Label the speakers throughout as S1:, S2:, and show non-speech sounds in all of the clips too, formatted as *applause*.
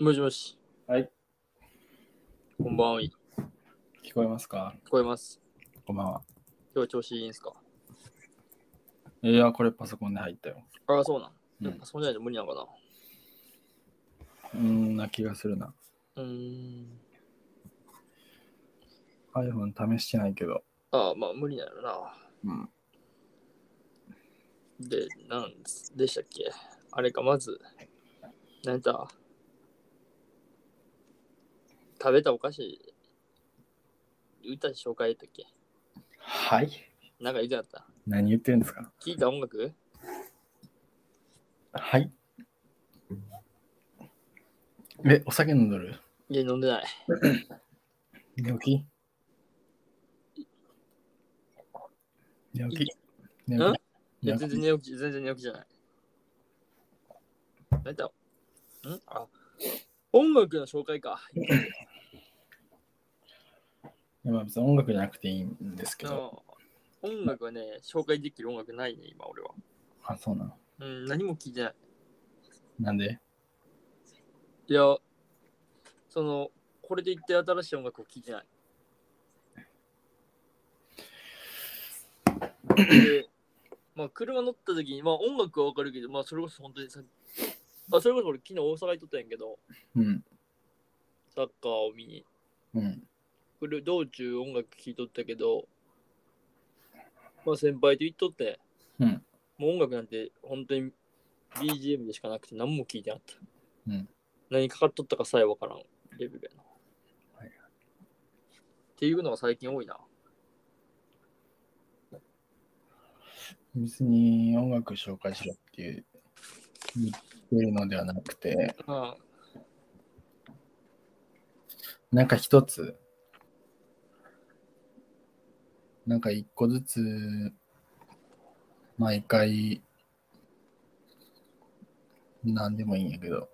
S1: もしもし、
S2: はい、
S1: こんばんは。聞
S2: 聞こえますか
S1: こえます。
S2: こんばんは。
S1: 今日調子いいんすか
S2: いや、これパソコンで入ったよ。
S1: ああ、そうなん。
S2: う
S1: で
S2: ん
S1: もパソコンじゃないと無理なのか
S2: うんな気がするな。
S1: な。うーん。
S2: iPhone 試してないけど。
S1: ああ、まあ無理なのな。
S2: うん。
S1: で、なんでしたっけあれか、まず、なんだ食べたお菓子、歌紹介だったっけ
S2: はい。
S1: なんか言ってなかった。
S2: 何言ってるんですか
S1: 聞いた音楽
S2: はい。え、お酒飲んどる
S1: いや、飲んでない。
S2: 寝起き寝起き寝
S1: ん
S2: 起き
S1: いや、全
S2: 寝
S1: 然
S2: 起き
S1: 寝起き、全然寝起きじゃない。なんだんあ、音楽の紹介か。
S2: まあ別に音楽じゃなくていいんですけ
S1: な
S2: ど。
S1: あ音楽はね、紹介できる音楽ないね、今俺は。
S2: あ、そうなの。
S1: うん、何も聞いてない。
S2: なんで
S1: いや、その、これで言って新しい音楽を聞いて *laughs* ない。で、まあ、車乗った時に、まあ、音楽はわかるけど、まあ、それこそ本当にさ、あ、それこそ俺昨日大阪に撮ったんやけど、
S2: うん。
S1: サッカーを見に。
S2: うん。
S1: 来る道中音楽聴いとったけど、まあ先輩と言っとって、
S2: うん
S1: もう音楽なんて本当に BGM でしかなくて何も聴いてなかった。
S2: うん
S1: 何かかっとったかさえわからんレベルやな。
S2: はい
S1: っていうのが最近多いな。
S2: 別に音楽紹介しろっていう言ってるのではなくて、
S1: あ
S2: なんか一つ、なんか一個ずつ、毎回、何でもいいんやけど、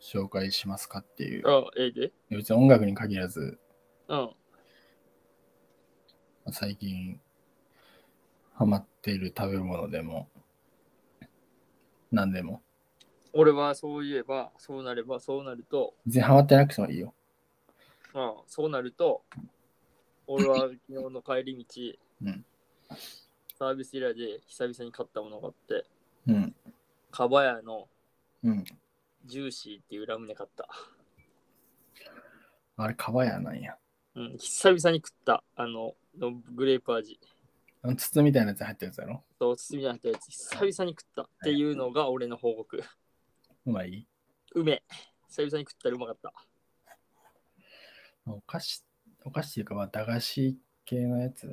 S2: 紹介しますかっていう。
S1: あ、ええで。
S2: 別に音楽に限らず、
S1: うん。
S2: 最近、ハマっている食べ物でも、何でも。
S1: 俺はそう言えば、そうなれば、そうなると、
S2: 別にハマってなくてもいいよ。
S1: うん、そうなると、俺は昨日の帰り道、
S2: うん
S1: サービスエリアで久々に買ったものがあって、
S2: うん。
S1: かばやの
S2: うん。
S1: ジューシーっていうラムネ買った。
S2: あれ、かばやなんや。
S1: うん、久々に食った、あの、のグレープ味。
S2: あの筒みたいなやつ入ったやつやろ
S1: と、包みじゃなくて、久々に食ったっていうのが俺の報告。
S2: うまいう
S1: めえ。久々に食ったらうまかった。
S2: お菓子、お菓子っていうか、まあ、駄菓子系のやつ。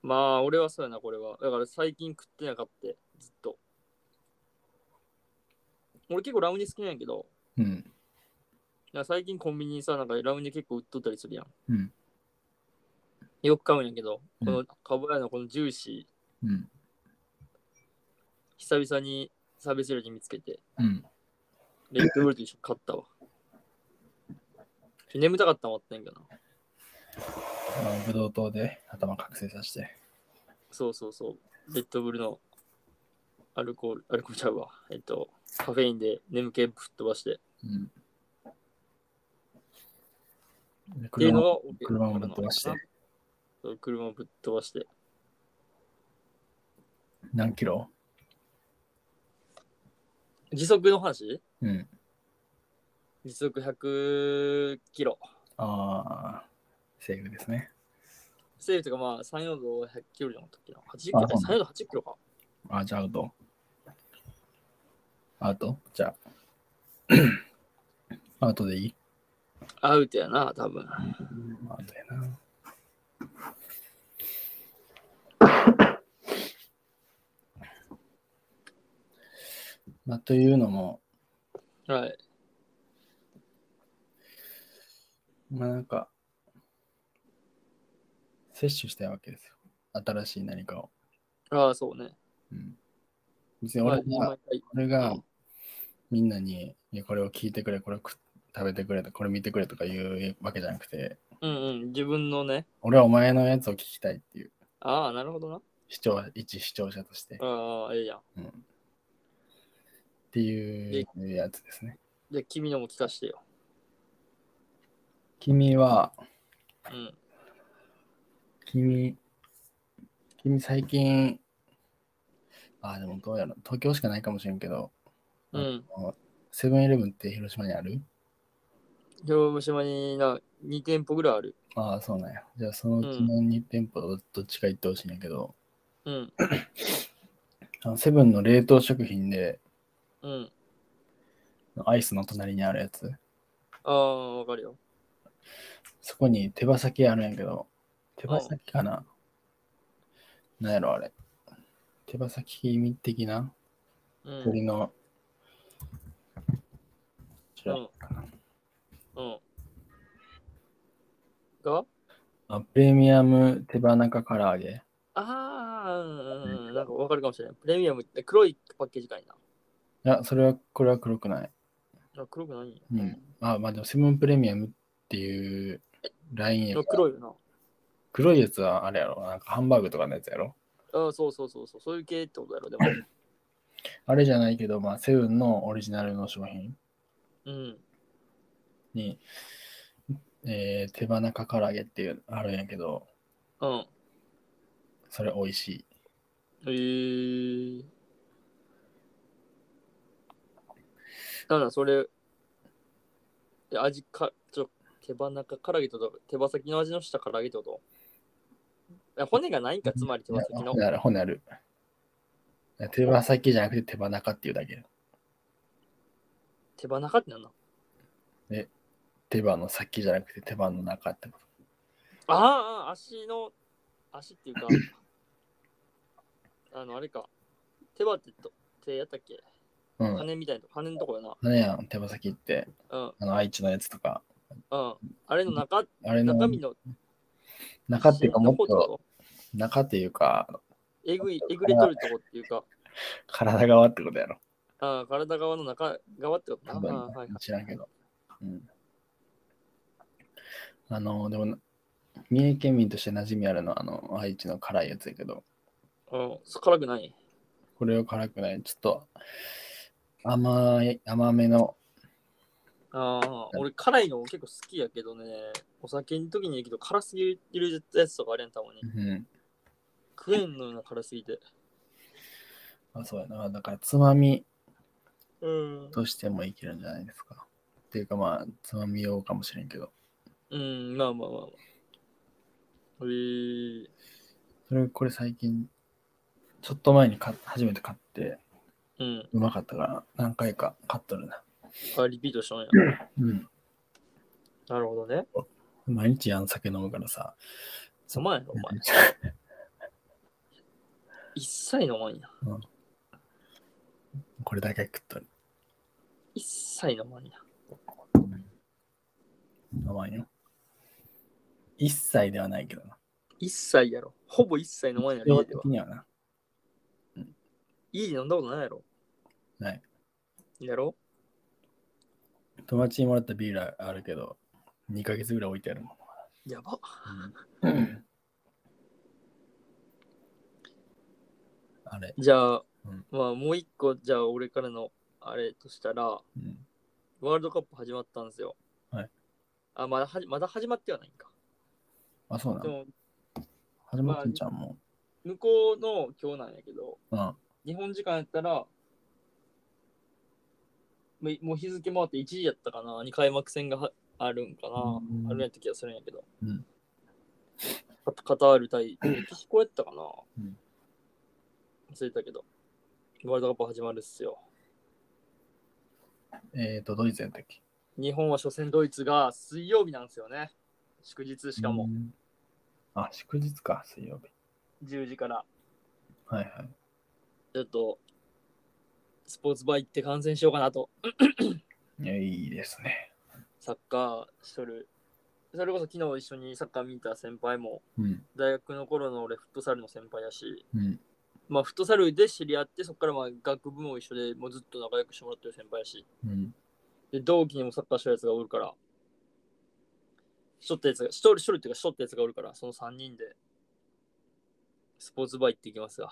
S1: まあ、俺はそうやな、これは。だから最近食ってなかった、ずっと。俺結構ラムネ好きなんやけど、
S2: うん。
S1: いや最近コンビニにさ、なんかラムネ結構売っとったりするやん。
S2: うん。
S1: よく買うんやけど、こ
S2: う
S1: のかぼやのこのジューシー、
S2: うん。
S1: 久々にサービスエリアで見つけて、
S2: うん。
S1: レッドブルと一緒に勝ったわ。ちょ眠たかったもってんけどな。
S2: あのブドウ糖で頭覚醒させて。
S1: そうそうそう。レッドブルのアルコール、アルコールちゃうわ。えっと、カフェインで眠気ぶっ飛ばして。っ
S2: うん。で
S1: ていう
S2: 車
S1: のが
S2: も車もぶっ飛ばして。
S1: そう車をぶっ飛ばして。
S2: 何キロ
S1: 時速の話
S2: うん。
S1: 時速100キロ。
S2: ああ、セーフですね。
S1: セーフとかまあ、山陽道100キロじゃなかったっけな。80キロ
S2: あそう
S1: 山陽道80キロか。
S2: あ、じゃあアウト。アウトじゃあ。 *clears throat* アウトでいい
S1: アウトやな、多分。
S2: アウトやな。まあ、というのも、
S1: はい。
S2: まあなんか、摂取したいわけですよ。新しい何かを。
S1: ああ、そうね。
S2: うん、別に俺
S1: まあ
S2: が、
S1: 毎回
S2: 俺がみんなに、いやこれを聞いてくれ、これを食食べてくれ、これ見てくれとか言うわけじゃなくて、
S1: うんうん。自分のね。
S2: 俺はお前のやつを聞きたいっていう、
S1: ああ、なるほどな。
S2: 視聴一視聴者として、
S1: ああ、ええやん。
S2: うん、っていうやつですね。
S1: じゃあ君のも聞かしてよ。
S2: 君は、
S1: うん。
S2: 君、君最近、あ、でもどうやら、東京しかないかもしれんけど、
S1: うん。
S2: セブンイレブンって広島にある
S1: 広島にな2店舗ぐらいある。
S2: ああ、そうなんや。じゃあそのうちの2店舗どっちか行ってほしいんやけど、
S1: うん。
S2: あのセブンの冷凍食品で、
S1: うん。
S2: アイスの隣にあるやつ、
S1: ああ、わかるよ。
S2: そこに手羽先あるんやけど、手羽先かな、なんやろあれ。手羽先味的な
S1: うん。
S2: 鳥の、
S1: う
S2: ちょ
S1: ん。うん。が
S2: あプレミアム手羽中唐揚げ。
S1: ああ、うんうんうん。なんかわかるかもしれない。プレミアムって黒いパッケージかい
S2: いや、それは、これは黒くない。
S1: な。あ黒くないんや。
S2: うん。あ、まあでも、セブンプレミアムっていうラインや
S1: あ
S2: から
S1: 黒いよな。
S2: 黒いやつはあれやろ。なんかハンバーグとかのやつやろ。
S1: ああ、そうそうそうそう。そういう系ってことやろ、でも。
S2: あれじゃないけど、まあ、セブンのオリジナルの商品
S1: うん。
S2: に、えー手羽中唐揚げっていうのあるんやけど、
S1: うん。
S2: それ美味しい。
S1: えー。なんだ、それ、え味か、ちょ、手羽中唐揚げってこと、手羽先の味のした唐揚げってこといや骨がないんか、つまり手羽先の。
S2: 骨ある、骨ある。手羽先じゃなくて手羽中っていうだけ。
S1: 手羽中ってなんだ
S2: 手羽の先じゃなくて手羽の中ってこと。
S1: ああああ、足の、足っていうか、あの、あれか、手羽ってと、手やったっけ
S2: うん。
S1: 羽みたいなとこ、羽のとこやな。
S2: あれやん、手羽先って、
S1: うん、
S2: あの、愛知のやつとか。
S1: うん。あれの中、
S2: あれの
S1: 中身の、
S2: 中っていうか、もっ
S1: 芯のと
S2: と
S1: こ
S2: 中っていうか、
S1: えぐい、えぐれとるとこっていうか、
S2: 体側ってことやろ。
S1: ああ、体側の中側ってこと
S2: 多
S1: な。
S2: 分
S1: ああはいはい。
S2: 知らんけど。うん。あの、でもな、三重県民として馴染みあるのは、あの、愛知の辛いやつやけど、
S1: うん、そ辛くない。
S2: これを辛くない。ちょっと、甘い、甘めの、
S1: ああ、俺辛いの結構好きやけどね、お酒の時に言うけど辛すぎるやつとかあるやんたまに
S2: う。ん。
S1: 食えんのよな、辛すぎて。
S2: あ、そうやな。だから、つまみ
S1: うん。
S2: としてもいけるんじゃないですか。っていうか、まあ、つまみ用かもしれんけど。
S1: うん、まあまあまあまあ。えー、
S2: それ、これ最近、ちょっと前に買っ初めて買って、
S1: うん。
S2: うまかったから、何回か買っとるな。
S1: あ、リピート
S2: *laughs*
S1: したんや。
S2: うん。
S1: なるほどね。
S2: 毎日あの酒飲むからさ。
S1: そまんやろ、お前。
S2: *laughs*
S1: 一切飲まんや。
S2: これだけ食っとる。
S1: 一切飲まんや。
S2: 甘いよ。一切ではないけどな。
S1: 一切やろ。ほぼ一切飲まんやろ、
S2: 量
S1: 家では
S2: *laughs* 的。にはな。
S1: 家で飲んだことないやろ。
S2: ない。
S1: やろ
S2: 友達にもらったビールあるけど、2ヶ月ぐらい置いてあるもん。
S1: やば。
S2: あれ。
S1: じゃあ、
S2: うん
S1: まあもう一個、じゃあ俺からのあれとしたら、ワ
S2: うん。
S1: ールドカップ始まったんですよ。
S2: はい。
S1: あ、まだはじまだ始まってはないんか。
S2: あ、そうな
S1: で
S2: の
S1: も、
S2: 始まってんじゃん、も
S1: 向こうの今日なんやけど、
S2: う。うん。
S1: 日本時間やったら、もうもう日付回って1時やったかな、に開幕戦がはあるんかな、
S2: うん
S1: あるんやった気がするんやけど、
S2: うん
S1: カカタール
S2: *clears throat*
S1: 対メキシコやったかな、
S2: うん
S1: 忘れたけど、ワールドカップ始まるっすよ。
S2: えっ、ー、と、ドイツやったっけ
S1: 日本は初戦ドイツが水曜日なんですよね、祝日しか
S2: う
S1: も
S2: んあ、祝日か、水曜日。
S1: 10時から、
S2: はいはい。
S1: ちょっとスポーツバー行って観戦しようかなと
S2: いや、いいですね。
S1: サッカーしとる。それこそ昨日一緒にサッカー見た先輩も、
S2: うん。
S1: 大学の頃の俺フットサルの先輩やし、
S2: うん。
S1: まあフットサルで知り合って、そこからまあ学部も一緒で、もうずっと仲良くしてもらってる先輩やし、
S2: うん。
S1: で、同期にもサッカーしとるやつがおるから、しとったやつが、しとる、しとるっていうかしとったやつがおるから、その3人で、スポーツバー行ってきますが。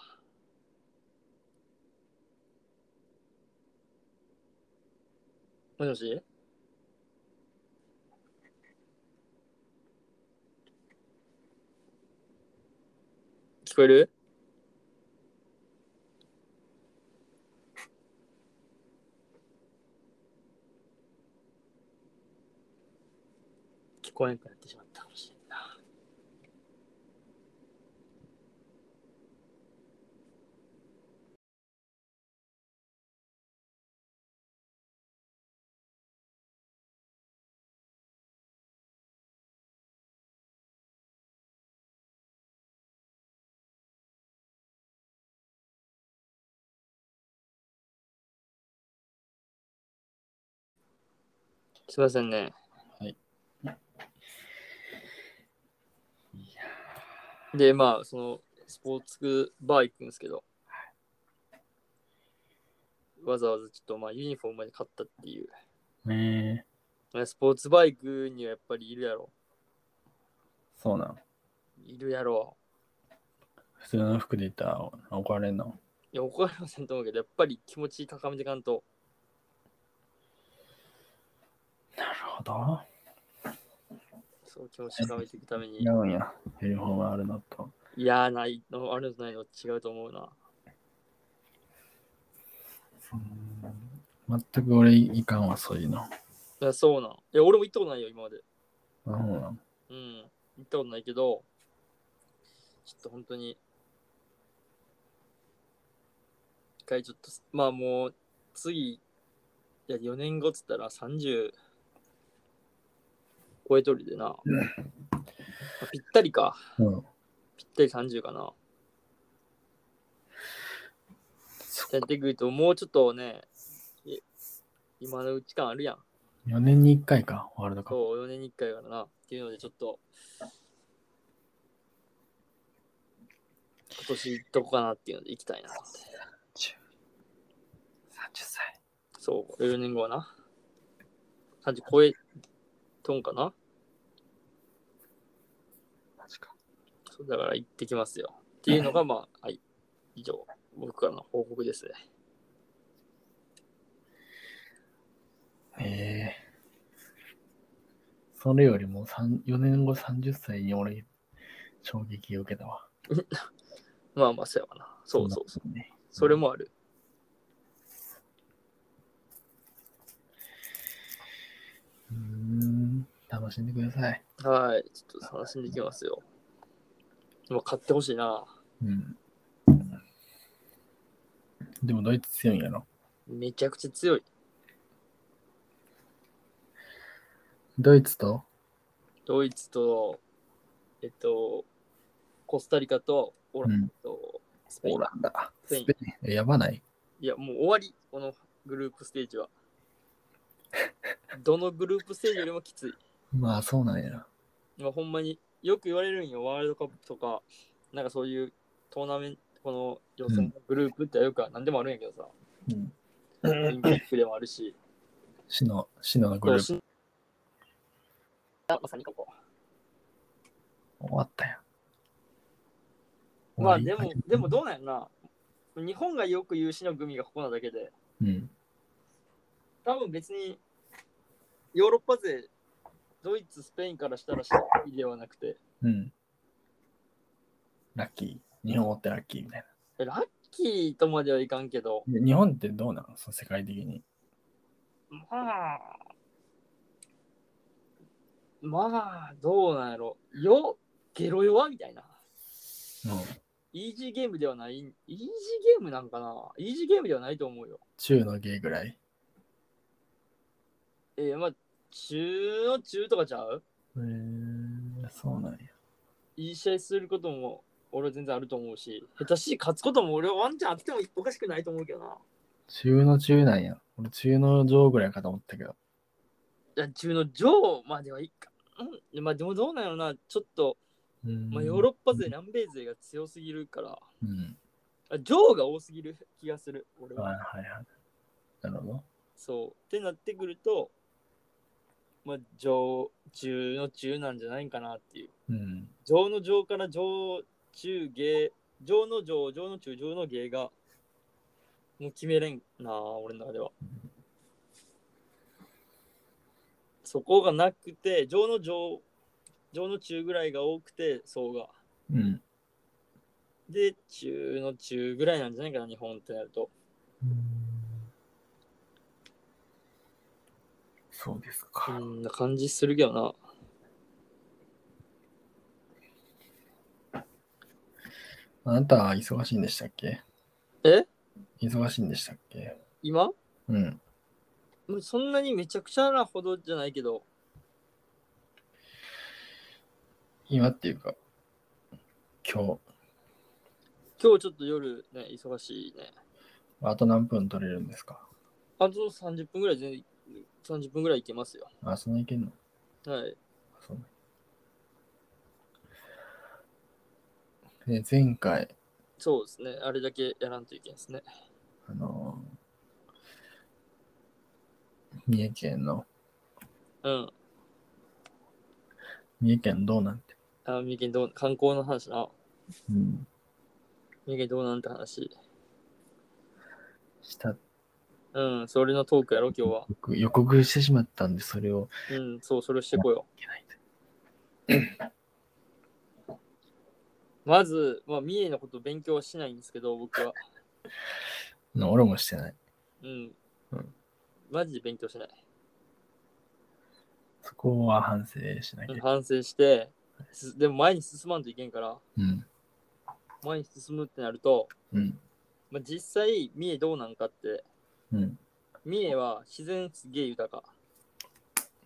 S1: もしもし聞こえる聞こえなくなってしまったかもしれんな。すいませんね。
S2: はい。
S1: で、まあ、その、スポーツバー行くんですけど、わざわざちょっと、まあ、ユニフォームまで買ったっていう。
S2: ねえ、
S1: スポーツバイクにはやっぱりいるやろ。
S2: そうなん。
S1: いるやろ。
S2: 普通の服でいったら怒られんの。
S1: いや、怒られませんと思うけど、やっぱり気持ち高めていかんと。
S2: なるほど。
S1: そう、気持ち高めていくために
S2: 違。うんや。ユニフォームあるのと。
S1: いやー、ないの、あるのとないの違うと思うな。
S2: うん全く俺いかんわ、そういうの。あ、
S1: いや、そうなん。いや、俺も行ったことないよ、今まで。
S2: そうなん。
S1: うん。行ったことないけど、ちょっと本当に、一回ちょっと、まあもう、次、いや、4年後っつったら30超えとるでな。
S2: うん
S1: まあぴったりか。
S2: うん。
S1: ぴったり30かな。やってくると、もうちょっとね、い今のうち感あるやん。
S2: 4年に1回か、ワールドカップ。
S1: そう、4年に1回からな。っていうので、ちょっと、今年行っとこうかなっていうので行きたいな。
S2: 30歳。
S1: そう、4年後はな。30超えとんかな
S2: マジか。
S1: そうだから行ってきますよ。っていうの *laughs* が、まあ、はい。以上、僕からの報告ですね。
S2: ええそれよりも4年後30歳に俺、衝撃を受けたわ。
S1: まあまあ、そうやわな。そうそうそう。
S2: う。ね、
S1: それもある。
S2: うーん、楽しんでください。
S1: はい。ちょっと楽しんでいきますよ。でも買ってほしいな。
S2: うん。でもドイツ強いんやろ。
S1: めちゃくちゃ強い。
S2: ドイツと
S1: ドイツと、えっと、コスタリカとオランダとスペイン。
S2: オランダ。
S1: ス
S2: ス
S1: ペイン
S2: ペイン。やばない。
S1: いや、もう終わり、このグループステージは。どのグループステージよりもきつい。
S2: まあそうなんや。
S1: 今ほんまによく言われるんよ、ワールドカップとか、なんかそういうトーナメント、この予選グループってよくは何でもあるんやけどさ、
S2: うん。
S1: オリンピックでもあるし、
S2: 死の、死ののグ
S1: そう
S2: ルー
S1: し
S2: プ
S1: あまさにここ。
S2: 終わったやん。
S1: まあでも
S2: 終わ、り
S1: でもどうなんやろな。日本がよく言う死の組がここなだけで、
S2: うん。
S1: 多分別にヨーロッパ勢、ドイツ、スペインからしたら死の組ではなくて、
S2: うん。ラッキー。日本おってラッキーみたい
S1: えラッキーとまではいかんけど、
S2: な。で日本ってどうなのその世界的に。
S1: まあ、まあ、どうなんやろ。よ、ゲロ弱みたいな。
S2: うん。
S1: イージーゲームではない、イージーゲームなんかなイージーゲームではないと思うよ。
S2: 中の芸ぐらい。
S1: えーまあ、中の中とかちゃう
S2: えー、そうなんや。
S1: いい試合することも俺は全然あると思うし、下手しい勝つことも俺はワンチャンあってもおかしくないと思うけどな。
S2: 中の中なんや。俺中の上ぐらいかと思ったけど。
S1: いや、中の上まではいいか。うん、まあでもどうなんやろな、ちょっと、
S2: うん
S1: まあ、ヨーロッパ勢、南米勢が強すぎるから、
S2: うん。
S1: あ上が多すぎる気がする、俺は
S2: はい。はいはい。なるほど。
S1: そう。ってなってくると、まあ、上、中の中なんじゃないかなっていう。
S2: うん。
S1: 上の上から上、中、下、上の上、上の中、上の下が、もう決めれんなあ、俺の中では。そこがなくて、上の上、上の中ぐらいが多くて、層が。
S2: うん。
S1: で、中の中ぐらいなんじゃないかな、日本ってなると。
S2: そうです
S1: う
S2: か。
S1: んな感じするけどな。
S2: あなたは忙しいんでしたっけ
S1: え
S2: 忙しいんでしたっけ
S1: 今
S2: うん。
S1: もうそんなにめちゃくちゃなほどじゃないけど、
S2: 今っていうか、今
S1: 今日ちょっと夜ね、忙しいね。
S2: 日、あと何分取れるんですか
S1: あと30分ぐらい全然、30分ぐらいいけますよ。
S2: あ、そんないけんの
S1: はい。
S2: そうね。で、前回、
S1: そうですね。あれだけやらんといけんですね。
S2: あのー三重県の、
S1: うん。
S2: 三重県どうなんて、
S1: あ、三重県どう、観光の話な。
S2: うん、
S1: 三重県どうなんて話。
S2: した、
S1: うん、それのトークやろ、今日は。
S2: 予告してしまったんで、それを
S1: うん、そう、それをしてこよ
S2: いけないと。
S1: う。まず、まあ、三重のこと勉強はしないんですけど、僕は。
S2: な俺もしてない。
S1: うん。
S2: うん
S1: マジで勉強しない。
S2: そこは反省しなきゃ
S1: うん。反省して、すでも前に進まんといけんから、
S2: うん。
S1: 前に進むってなると、
S2: うん。
S1: まあ、実際、三重どうなんかって、
S2: うん。
S1: 三重は自然すげえ豊か。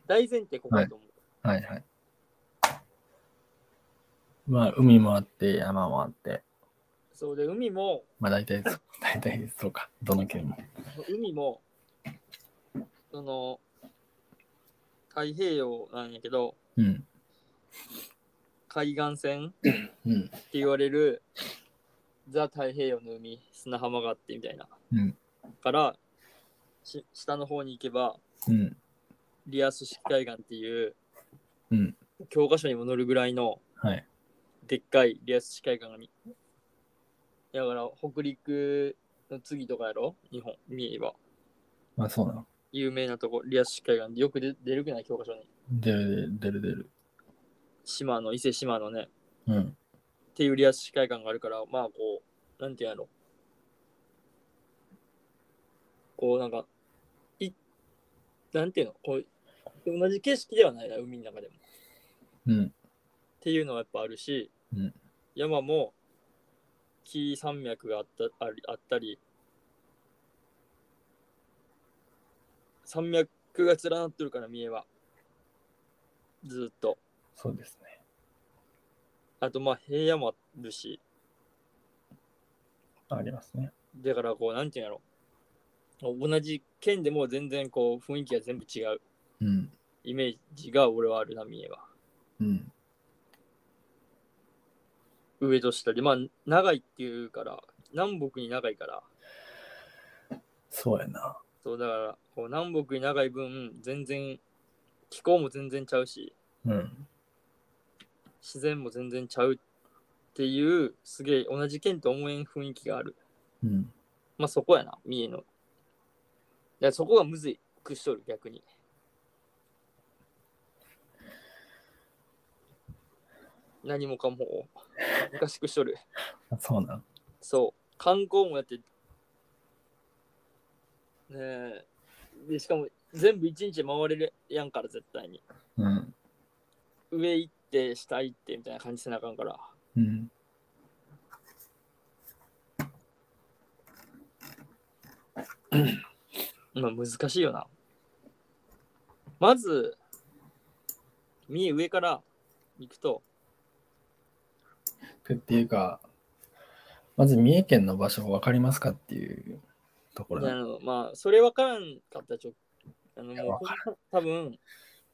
S1: 大前提ここだと思う。
S2: はいはい。まあ、海もあって、山もあって、
S1: そうで、海も、
S2: まあ大体 *laughs* そ、大体そうか、どの県も。
S1: 海も、その、太平洋なんやけど、
S2: うん。
S1: 海岸線
S2: うん。
S1: って言われるザ太平洋の海砂浜があってみたいな、
S2: うん
S1: からし下の方に行けば
S2: うん。
S1: リアス式海岸っていう、
S2: うん
S1: 教科書にも載るぐらいの
S2: はい。
S1: でっかいリアス式海岸が見だから北陸の次とかやろ日本三重は
S2: まあ、そうなの。
S1: 有名なとこリアス式海岸でよく出出るくない教科書に
S2: 出る出る出る。
S1: 島の伊勢島のね
S2: うん。
S1: っていうリアス式海岸があるから、まあこう、なんていうんやろ。こうなんか、い、なんていうの、こう、同じ景色ではないな、海の中でも。っ
S2: うん。
S1: ていうのはやっぱあるし、
S2: うん
S1: 山も、紀伊山脈があったありあったり、山脈が連なってるから、三重は。ずっと。
S2: そうですね。
S1: あと、まあ、平野もあるし、
S2: ありますね。
S1: だからこうなんていうんやろ同じ県でも全然こう雰囲気が全部違う
S2: うん。
S1: イメージが俺はあるな三重は
S2: うん。
S1: 上と下でまあ長いっていうから南北に長いから
S2: そうやな。
S1: そうだからこう南北に長い分全然気候も全然ちゃうし
S2: うん。
S1: 自然も全然ちゃうっていうすげえ同じ県と思えん雰囲気がある
S2: うん。
S1: まあそこやな三重のだからそこがむずいくしとる逆に何もかもを難しくしとる
S2: あそうなん。
S1: そう観光もやってねえでしかも全部一日回れるやんから絶対に
S2: うん。
S1: 上行って下行ってみたいな感じせなあかんから
S2: うん。
S1: まあ難しいよな。まず、三重上から行くと、
S2: てっていうか、まず三重県の場所分かりますかっていうところ
S1: いや
S2: だ
S1: あのまあ、それ分からんかったらちょ、あの
S2: や
S1: もう
S2: 分か
S1: 多分、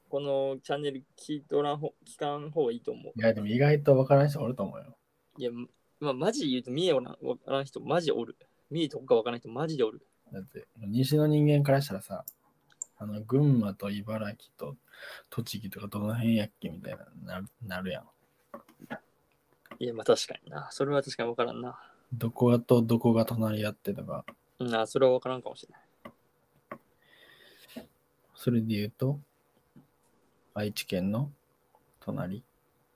S1: このチャンネル聞いとらんほ聞かん方がいいと思う
S2: い。や、でも意外と分からない人おると思うよ。
S1: いや、まあ、マジ言うと三重おらん分からん人、マジおる。三重とこか分からん人、マジでおる。
S2: だって、西の人間からしたらさ、あの、群馬と茨城と栃木とかどの辺やっけみたいな、ななるやん。
S1: いや、まあ確かにな。それは確かに分からんな。
S2: どことどこが隣り合ってとか、
S1: うん、あそれは分からんかもしれない。
S2: それで言うと、愛知県の隣、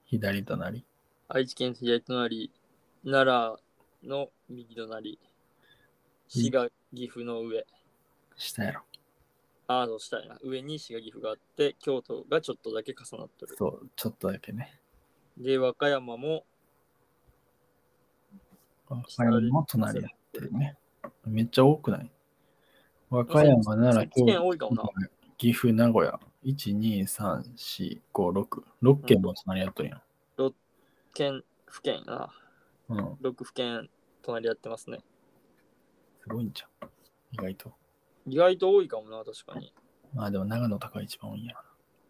S2: 左隣、
S1: 愛知県左隣、奈良の右隣、滋賀、岐阜の上、
S2: 下やろ。
S1: ああ、そうしたいな。上に滋賀、岐阜があって、京都がちょっとだけ重なってる。
S2: そう、ちょっとだけね。
S1: で、和歌山も、
S2: 和歌山も隣やってるね。めっちゃ多くない和歌山、奈良、
S1: 県
S2: 京都、
S1: 多いかもな。
S2: 岐阜、名古屋、1、2、3、4、5、6。6県も隣やっとるやん。
S1: 県、府県やな。
S2: うん、
S1: 6府県、隣やってますね。
S2: すごいんちゃう意外と。
S1: 意外と多いかもな、確かに。
S2: まあでも長野とか一番多いんやろ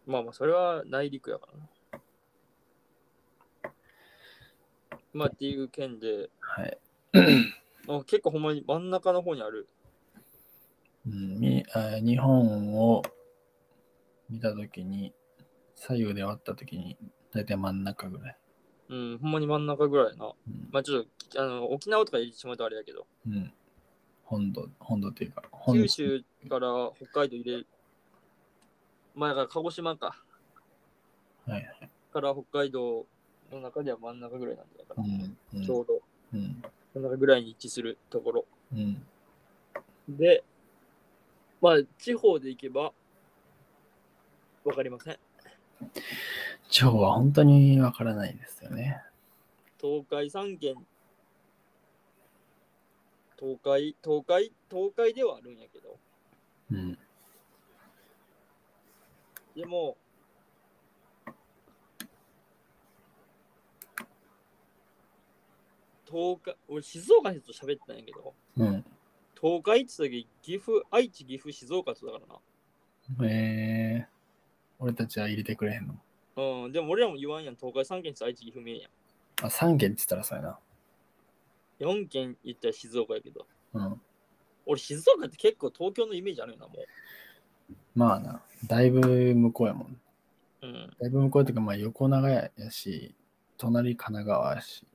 S1: まあまあ、それは内陸やからな。まあ、っていう県で、
S2: な。はい。
S1: あ結構ほんまに真ん中の方にある。
S2: うん、みあ日本を見たときに、左右で割ったときに、だいたい真ん中ぐらい。
S1: うん、ほんまに真ん中ぐらいやな。
S2: うん。
S1: まあちょっと、あの沖縄とか入れてしまうとあれやけど、
S2: うん、本土、本土っていうか、本
S1: 九州から北海道入れる。まあだから鹿児島か。
S2: はい
S1: から北海道の中では真ん中ぐらいなんだから、
S2: うん。うん
S1: ちょうど
S2: うん。
S1: 真ん中ぐらいに位置するところ。
S2: うん。
S1: で、まあ地方で行けば、わかりません。
S2: 地方は本当にわからないですよね。
S1: 東海三県東海東海東海ではあるんやけど
S2: うん。
S1: でも東海俺静岡の人と喋ってたんやけど
S2: うん。
S1: 東海って言った時岐阜愛知岐阜静岡って言ったか
S2: えー、俺たちは入れてくれへんの。
S1: らなうんでも俺らも言わんやん東海三県って言ったら愛知岐阜見えんやん
S2: あ、3件って言ったらそうやな。
S1: 4県言ったら静岡やけど
S2: うん。
S1: 俺静岡って結構東京のイメージあるよなも
S2: まあな、だいぶ向こうやもん。
S1: ううん
S2: だいぶ向こうというか、まあ横長やし、隣神奈川やし。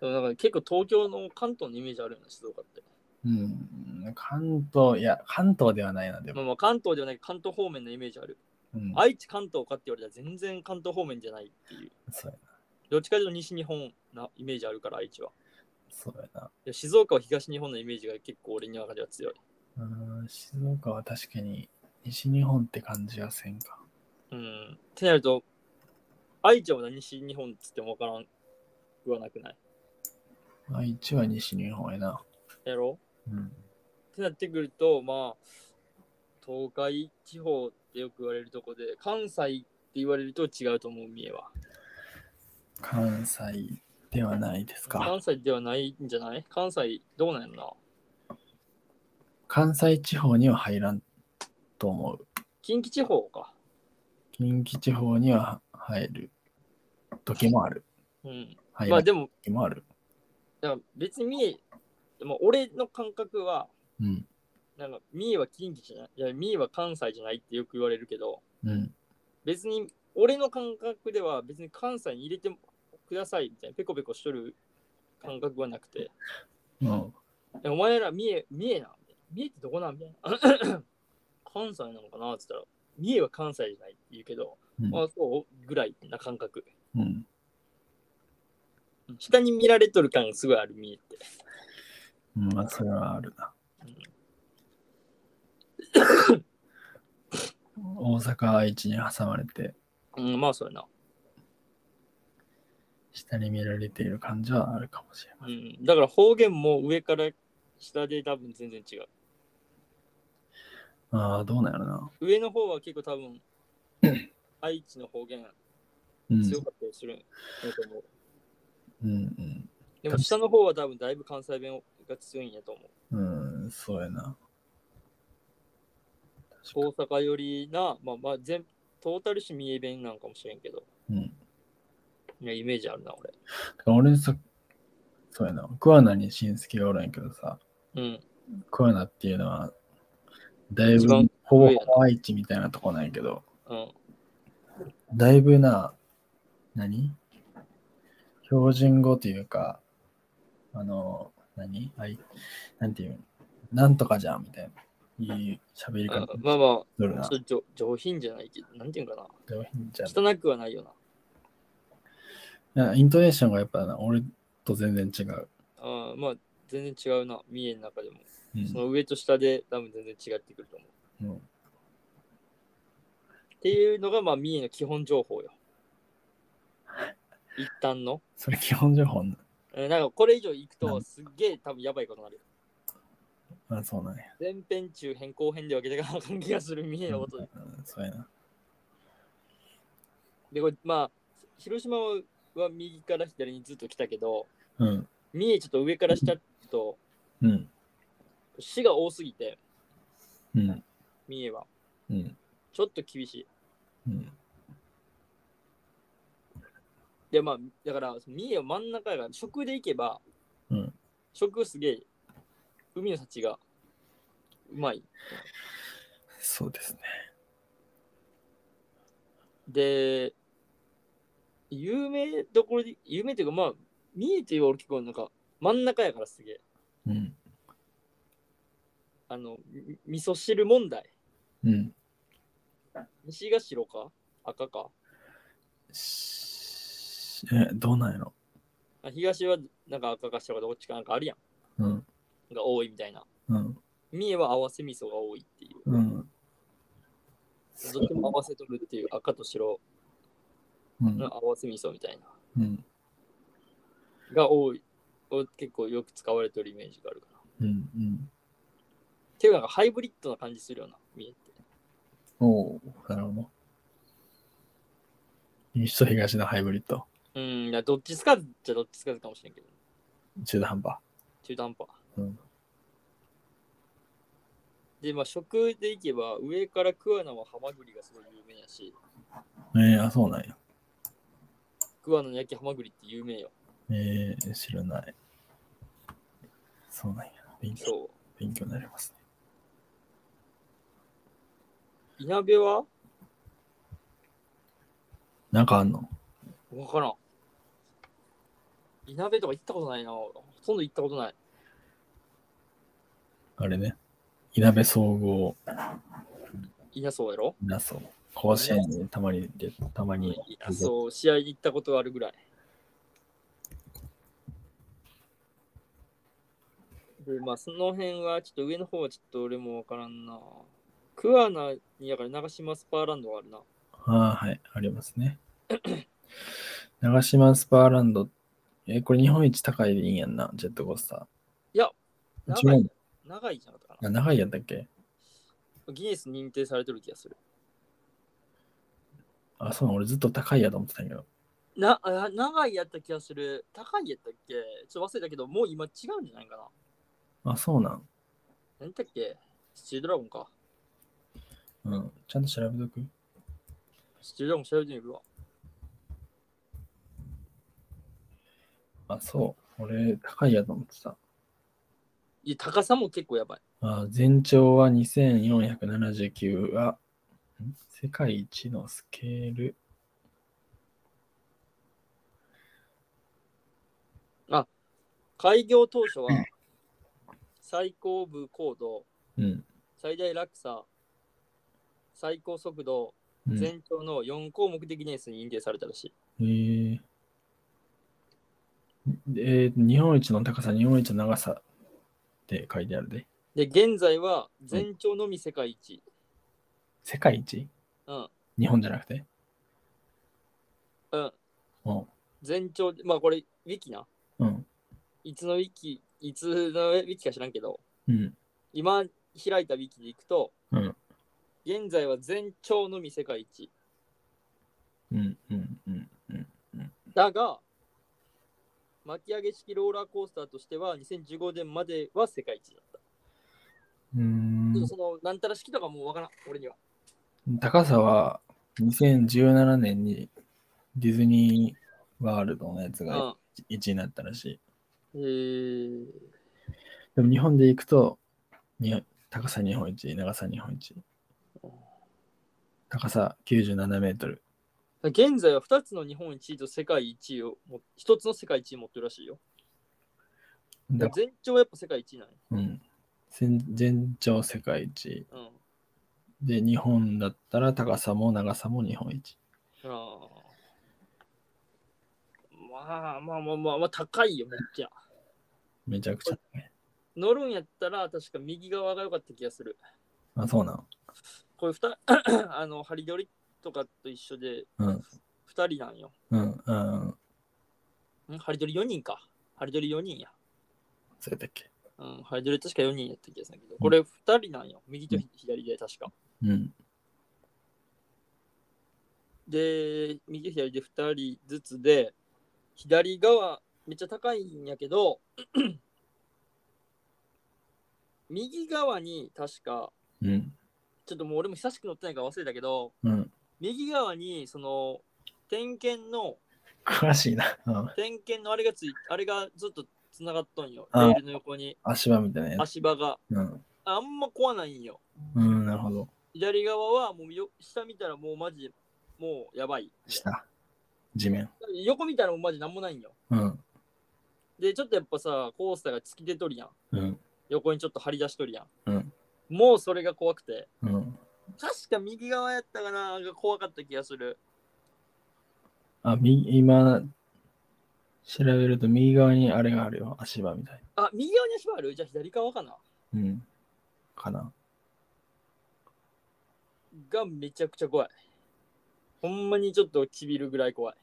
S1: でもなんか結構東京の関東のイメージあるよな静岡って
S2: うん。関東、いや、関東ではないな、で
S1: まあ
S2: も。
S1: まあ関東ではない関東方面のイメージある。
S2: うん。
S1: 愛知関東かって言われたら全然関東方面じゃないっていう。
S2: そうやな。
S1: どっちかというと西日本なイメージあるから愛知は。
S2: そうやな。
S1: で静岡は東日本のイメージが結構俺の中では強い。
S2: うん、静岡は確かに西日本って感じはせんか。
S1: うん。ってなると、愛知はまだ西日本っつってもわからん。言わなくない。
S2: 愛知は西日本やな。
S1: やろ
S2: うん。
S1: ってなってくると、まあ、東海地方ってよく言われるとこで、関西って言われると違うと思う、三重は。
S2: 関西ではないですか。
S1: 関西ではないんじゃない関西どうなんやろな。
S2: 関西地方には入らんと思う。
S1: 近畿地方か。
S2: 近畿地方には入る時もある。
S1: うん。
S2: 入
S1: まあ
S2: る
S1: でも、
S2: 時もある。
S1: だから別に三重、でも俺の感覚は、
S2: うん。
S1: なんか三重は近畿じゃない、いや三重は関西じゃないってよく言われるけど、
S2: うん。
S1: 別に俺の感覚では別に関西に入れてくださいみたいな、ペコペコしとる感覚はなくて、
S2: うん。
S1: えお前ら三重、三重なん三重ってどこなんみたいな。 *coughs* 関西なのかなって言ったら、三重は関西じゃないって言うけど、
S2: うん
S1: あそうぐらいな感覚。
S2: うん。
S1: 下に見られとる感すごいある、三重って。
S2: うんまあ、それはあ *laughs* るな。大阪、愛知に挟まれて、
S1: うん、まあそうやな。
S2: 下に見られている感じはあるかもしれ
S1: う
S2: ません。
S1: ん、だから方言も上から下で多分全然違う。
S2: ああ、どうなるな。
S1: 上の方は結構多分愛知の方言
S2: うん。
S1: 強かったりするんやと思う。
S2: うん
S1: でも下の方は多分だいぶ関西弁が強いんやと思う。
S2: うん。うん、そうやな。
S1: 大阪よりな、まあまあ全トータルし三重弁なんかもしれんけど、
S2: うん。
S1: いやイメージあるな俺。
S2: 俺さ、そうやな、桑名に親戚がおるんやけどさ、
S1: うん。
S2: 桑名っていうのは、だい
S1: 一
S2: ぶ
S1: 番、
S2: ほぼほぼ愛知みたいなとこなんやけど、
S1: うん。
S2: だいぶな、何標準語というか、あの、何あい、なんていうんなんとかじゃんみたいな。いい喋り方
S1: あまあまあ、
S2: どるな
S1: ちょ。っと上上品じゃないけど、なんていうんかな。
S2: 上品じゃん
S1: 汚くはないよな。
S2: なんかイントネーションがやっぱな俺と全然違う。
S1: あーまあ、全然違うな。三重の中でも。
S2: うん
S1: その上と下で多分全然違ってくると思う。
S2: うん
S1: っていうのが、まあ、三重の基本情報よ。一旦の。
S2: それ基本情報な。
S1: えーなんか、これ以上行く
S2: う
S1: と、
S2: ん
S1: すっげえ多分やばいことになる。
S2: あ、そうなんや。
S1: 前編中編後編で分けてかなあかん気がする三重のことで。
S2: うん、そうやな。
S1: で、これ、まあ、広島は右から左にずっと来たけど、
S2: うん。
S1: 三重ちょっと上から下と、
S2: うん。
S1: 市が多すぎて、
S2: うん。
S1: 三重は。
S2: うん。
S1: ちょっと厳しい。
S2: うん。
S1: で、まあ、だから、三重は真ん中やから、食で行けば、
S2: うん
S1: 食すげえ、海の幸がうまい。
S2: そうですね。
S1: で、有名どころで、有名というか、まあ、三重という俺結構なんか、真ん中やからすげえ。
S2: うん。
S1: あの、み味噌汁問題。
S2: うん。
S1: 西が白か赤か
S2: しえ、どうなんやろ
S1: あ東はなんか赤か白かどっちかなんかあるや
S2: うん。
S1: ん。が多いみたいな。
S2: うん。
S1: 三重は合わせ味噌が多いっていう。
S2: うん。
S1: どっちも合わせとるっていう赤と白
S2: う
S1: の
S2: ん。
S1: 合わせ味噌みたいな。
S2: うん。
S1: が多い。を結構よく使われてるイメージがあるかな。っ
S2: うん。うん。
S1: ていうかなんかハイブリッドな感じするよな、三重って。
S2: おお、なるほど。西と東のハイブリッド、
S1: うん、いやどっちつかずじゃどっちつかずかもしれんけど、
S2: 中途半端。
S1: 中途半端。
S2: うん
S1: で、まあ食でいけば、上から桑名はハマグリがすごい有名やし、
S2: えー、あ、そうなんや。
S1: 桑名の焼きハマグリって有名よ。
S2: えー、知らない。そうなんや。勉強
S1: そう。
S2: 勉強になりますね。
S1: いなべは
S2: なんかあんの
S1: わからん。いなべとか行ったことないな。ほとんど行ったことない。
S2: あれね。いなべ総合、
S1: いなそうやろ
S2: なそう。甲子園にたまに出て、たまに
S1: いや、そう、試合に行ったことがあるぐらい。で、まあ、その辺は、ちょっと上の方はちょっと俺もわからんな。桑名に、だから長島スパーランドがあるな。
S2: ああ、はい、ありますね。長島スパーランド。え、これ日本一高いでいいんやんな、ジェットコースタ
S1: いや、
S2: ー。
S1: 長い
S2: 違。
S1: う長いじゃなかったか
S2: あ、長いやったっけ
S1: な。ギネス認定されてる気がする。
S2: あ、そうなん、俺ずっと高いやと思ってたんやけど。
S1: な、あ長いやった気がする。高いやったっけちょっと忘れたけど、もう今違うんじゃないかな。
S2: あ、そうなん。
S1: 何だっけスチールドラゴンか。
S2: うん。ちゃんと調べとく。
S1: スチールドラゴン調べてみるわ。
S2: あ、そう。俺、高いやと思ってた。
S1: いや、高さも結構やばい。
S2: あ、全長は2479は、ん世界一のスケール。
S1: 開業当初は最高部高度、
S2: うん。
S1: 最大落差、最高速度、
S2: うん、え
S1: 全長の4項目でギネスに認定されたらしい。
S2: ーえー日本一の高さ、日本一の長さって書いてある
S1: で、
S2: で。
S1: 現在は全長のみ世界一。
S2: 世界一
S1: うん。
S2: 日本じゃなくて
S1: うん。
S2: うん。
S1: 全長、まあこれ、ウィキな。
S2: うん。
S1: いつのウィキ、いつのウィキか知らんけど、
S2: うん。
S1: 今開いたウィキでいくと、
S2: うん
S1: 現在は全長のみ世界一。
S2: うん。うん。うん。
S1: だが、巻き上げ式ローラーコースターとしては2015年までは世界一だった。
S2: うん
S1: ちょっとその、なんたら式とかもうわからん、俺には。
S2: 高さは2017年にディズニーワールドのやつが
S1: う
S2: 1位になったらしい。
S1: ん。えー、
S2: でも日本で行くとに高さ日本一、長さ日本一。高さ97メートル。
S1: 現在は2つの日本一位と世界一位をも、1つの世界一位持ってるらしいよ。
S2: だ
S1: 全長はやっぱ世界一位なんや。
S2: うん。全全長世界一。
S1: うん。
S2: で、日本だったら高さも長さも日本一。
S1: あーまあまあまあまあ、まあ、高いよ、めっちゃ。
S2: めちゃくちゃ高い。
S1: 乗るんやったら、確か右側が良かった気がする。
S2: あ、そうなの。
S1: これふた *coughs* あの、ハリドリとかと一緒で、
S2: うん。
S1: 2人なんよ。
S2: うん。うん。
S1: んハリドリ4人か。ハリドリ4人や。
S2: それだっけ。
S1: うん、ハリドリ確か4人やった気がするけど、これ2人なんよ。右とひ左で確か。
S2: うん。
S1: で、右左で2人ずつで、左側めっちゃ高いんやけど、 *clears throat* 右側に確か、
S2: うん。
S1: ちょっともう俺も久しく乗ってないから忘れたけど、
S2: うん。
S1: 右側にその点検の
S2: 詳しいな。うん。
S1: 点検のあれがついあれがずっとつながっとんよ。レ
S2: あ
S1: ールの横に
S2: 足場みたいなやつ。
S1: 足場が
S2: うん。
S1: あんま壊ないんよ。
S2: うん、なるほど。
S1: 左側はもうよ下見たらもうマジでもうやばい。
S2: 下。地面。
S1: 横見たらもうマジなんもないんよ。
S2: うん。
S1: で、ちょっとやっぱさ、コースターが突き出とるやん。
S2: うん。
S1: 横にちょっと張り出しとるやん。
S2: うん
S1: もうそれが怖くて。
S2: うん。
S1: 確か右側やったかなが怖かった気がする。
S2: あ、み、今、調べると右側にあれがあるよ。足場みたい
S1: あ、右側に足場あるじゃあ左側かな
S2: な。うん。かな。
S1: がめちゃくちゃ怖い。ほんまにちょっとちびるぐらい怖い。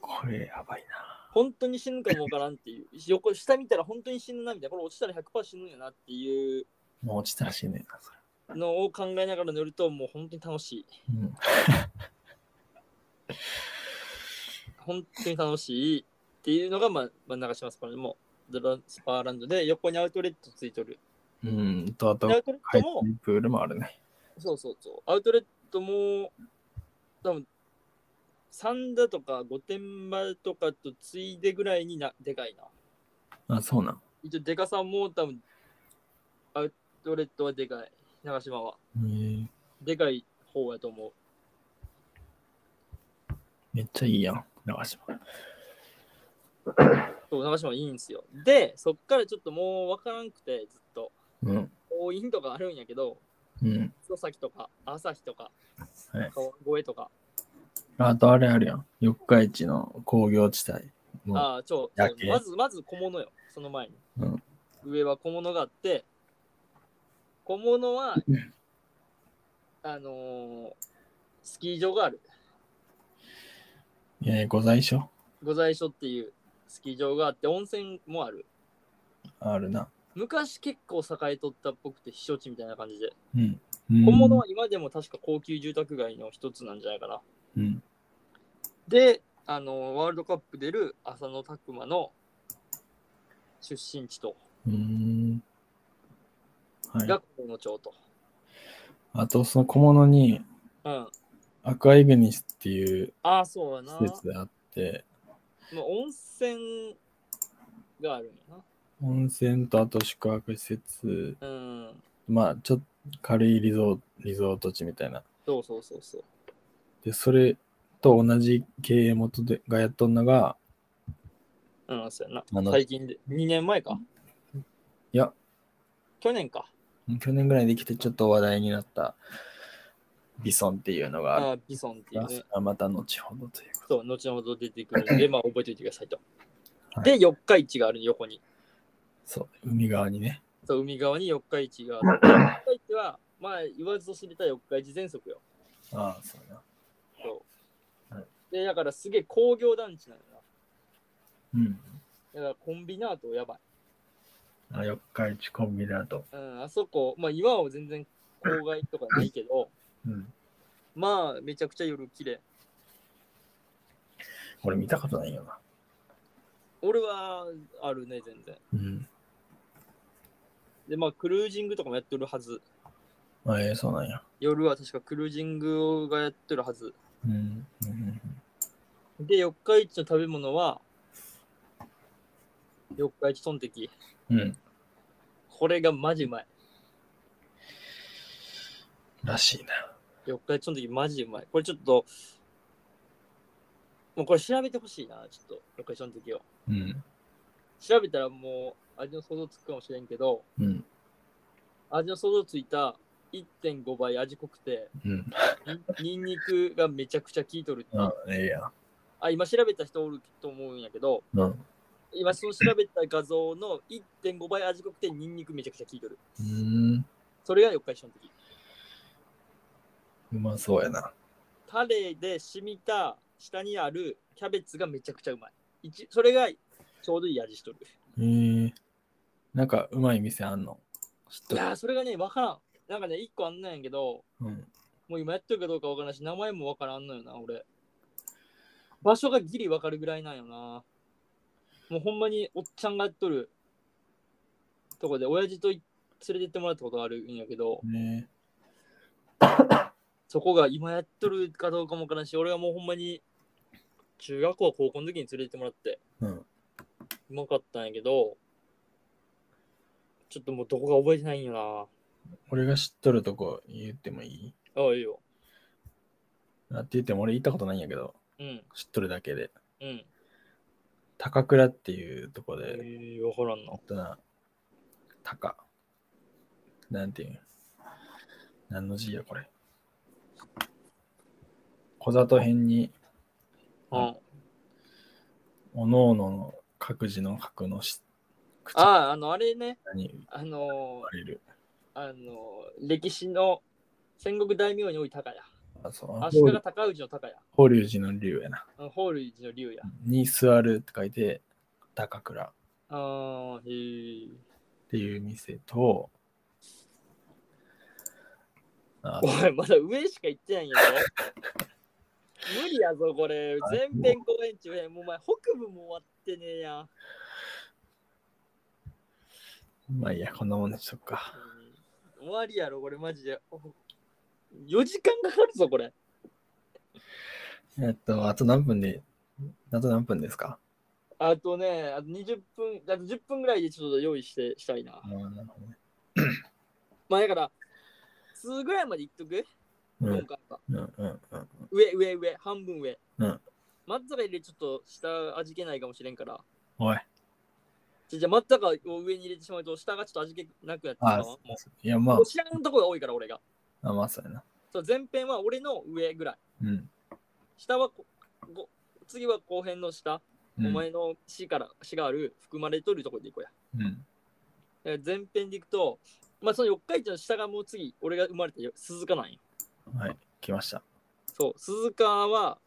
S2: これやばい
S1: 本当に死ぬかもわからんっていう。横下見たら本当に死ぬなみたいな。これ落ちたら100%死ぬんやなっていう
S2: な。もう落ちたらしいねんな、それ。
S1: のを考えながら乗るともう本当に楽しい。
S2: うん。
S1: 本当に楽しいっていうのが、まあ、まあ、長島スパランドも、ドラスパーランドで横にアウトレットついとる。
S2: うん。と、あと
S1: でア、ウトレ
S2: 海
S1: ットも、
S2: 水プールもあるね。
S1: そうそうそう、アウトレットも、多分三田とか御殿場とかとついでぐらいになでかいな。
S2: あ、そうなん。
S1: 一応、でかさも多分アウトレットはでかい、長島は。
S2: へえ
S1: でかい方やと思う。
S2: めっちゃいいやん、長島。
S1: そう、長島いいんですよ。で、そっからちょっともうわからんくて、ずっと。
S2: うん。
S1: インとかあるんやけど、
S2: うん。
S1: 磯崎とか朝日とか、
S2: はい
S1: 川越とか、
S2: あと、あれあるやん。四日市の工業地帯。もう
S1: ああ、超、
S2: 夜
S1: そう
S2: 景
S1: まず、まず小物よ、その前に。
S2: うん
S1: 上は小物があって、小物は、あのースキー場がある。
S2: えー、ご在所
S1: 御在所っていうスキー場があって、温泉もある。
S2: あるな。
S1: 昔結構栄えとったっぽくて、避暑地みたいな感じで。
S2: うん。
S1: 小物は今でも確か高級住宅街の一つなんじゃないかな。
S2: うん。
S1: で、あのーワールドカップ出る浅野拓磨の出身地と、
S2: うん。は
S1: が
S2: い。
S1: 小物町と。
S2: あと、その小物に、
S1: うん。
S2: アクアイグニスっていう
S1: ああ、そうやな。
S2: 施設があって、
S1: まあ、温泉があるんや
S2: 温泉とあと宿泊施設、
S1: な。うん。
S2: まあ、ちょっと軽いリゾリゾート地みたいな。
S1: そうそうそうそう。
S2: で、それと同じ経営元でがやっとんのが、
S1: うん、そうや
S2: あ
S1: な。
S2: の
S1: 最近で、2年前か。
S2: いや、
S1: 去年か。
S2: 去年ぐらいできてちょっと話題になったビソンっていうのがある
S1: ああ、ビソンっていう
S2: それ
S1: ね。
S2: はまた後ほどということ。
S1: そう、後ほど出てくるんで、まあ、覚えておいてくださいと。
S2: はい
S1: で、四日市がある横に。
S2: そう、海側にね。
S1: そう、海側に四日市が
S2: *laughs*
S1: ある。四日市は、まあ、言わずと知れた四日市全息よ。
S2: ああ、そうな。
S1: で、だからすげえ工業団地なのよ
S2: うん。
S1: な。だからコンビナートやばい。
S2: あ四日市コンビナート。
S1: うん、あそこ、まあ、今は全然郊外とかないけど、
S2: うん。
S1: まあ、めちゃくちゃ夜綺麗。
S2: これ見たことないよな。
S1: 俺はあるね、全然。
S2: うん。
S1: で、まあ、クルージングとかもやってるはず。
S2: あええそうなんや。
S1: 夜は確かクルージングがやってるはず。
S2: うん。うん
S1: で、四日市の食べ物は、四日市トンテキ。
S2: うん。うん。
S1: これがマジうまい。
S2: らしいな。
S1: 四日市トンテキマジでうまい。これちょっと、もうこれ調べてほしいな、ちょっと、四日市トンテキを。
S2: うん。
S1: 調べたらもう、味の想像つくかもしれんけど、
S2: うん。
S1: 味の想像ついた1.5倍味濃くて、
S2: うん。
S1: にニンニクがめちゃくちゃ効いとるっていう。
S2: あ、ええやん。
S1: あ、今調べた人おると思うんやけど、
S2: うん。う
S1: 今その調べた画像の1.5倍味濃くてニンニクめちゃくちゃ効いとる。
S2: ーん。
S1: それが四日市の時。
S2: うまそうやな。
S1: タレで染みた下にあるキャベツがめちゃくちゃうまい。一それがちょうどいい味しとる。
S2: ええなんか、うまい店あんの知っ
S1: い
S2: とる
S1: やー、それがね、わからん。なんかね、一個あんなんやけど、
S2: うん。
S1: もう今やってるかどうかわからんし、名前もわからんのよな、俺。場所がギリわかるぐらいなんよな。もうほんまにおっちゃんがやっとるとこで、親父とい連れてってもらったことがあるんやけど、
S2: ね
S1: そこが今やっとるかどうかもわからんし、俺はもうほんまに中学校、高校の時に連れてってもらって、
S2: えうん。
S1: うまかったんやけど、ちょっともうどこか覚えてないんよ
S2: 俺が知っとるとこ言ってもいい
S1: な。ああ、いいよ。
S2: あって言っても俺行ったことないんやけど、
S1: うん、
S2: 知っとるだけで。
S1: うん。
S2: 高倉っていうとこ
S1: え
S2: で、
S1: ー、わからんな
S2: あ。ったな、高。なんていうん何の字やこれ。小里編に、
S1: うん。
S2: おのおのの各自の角の下
S1: ああ、あの、あれね、
S2: に
S1: あの
S2: 生まれる。
S1: ー、あのー、歴史の戦国大名に多い高や。
S2: あ、そう。
S1: 足利高氏の高や。
S2: 法隆寺の竜やな。
S1: あの法隆寺の竜や。
S2: に座るって書いて、高倉っ
S1: ああ、へえ。
S2: ていう店と、あ
S1: お前、まだ上しか行ってないんやろ。 *laughs* 無理やぞ、これ。全編公演中編。もうお前、北部も終わってねえやん。
S2: まあいいや、こんなもんにしとくか。
S1: うん終わりやろ、これ、マジで。4時間かかるぞ、これ。
S2: えっと、あと何分で、あと何分ですか
S1: あとね、あと20分、あと10分ぐらいでちょっと用意してしたいな。
S2: あーなるほどね
S1: まあだから、2ぐらいまで行っとく、
S2: うん
S1: 今回は
S2: うんうんうん。
S1: 上、上、上、半分上。
S2: うん。
S1: 松坂よりちょっと下味気ないかもしれんから。
S2: おい。
S1: じゃじゃあ松坂を上に入れてしまうと、下がちょっと味気なくなってしまう
S2: あ
S1: わ
S2: ー
S1: も
S2: いや、ま
S1: うもう知らんとこが多いから、俺が。
S2: あ、あまあ、そうやな。
S1: そう前編は俺の上ぐらい。
S2: うん。
S1: 下はここ次は後編の下。
S2: うん
S1: お前の死から死がある含まれとるところでいこうや。
S2: うん。
S1: だから前編でいくと、まあその四日市の下がもう次、俺が生まれたよ鈴鹿なんよ。
S2: はい、来ました。
S1: そう、鈴鹿は、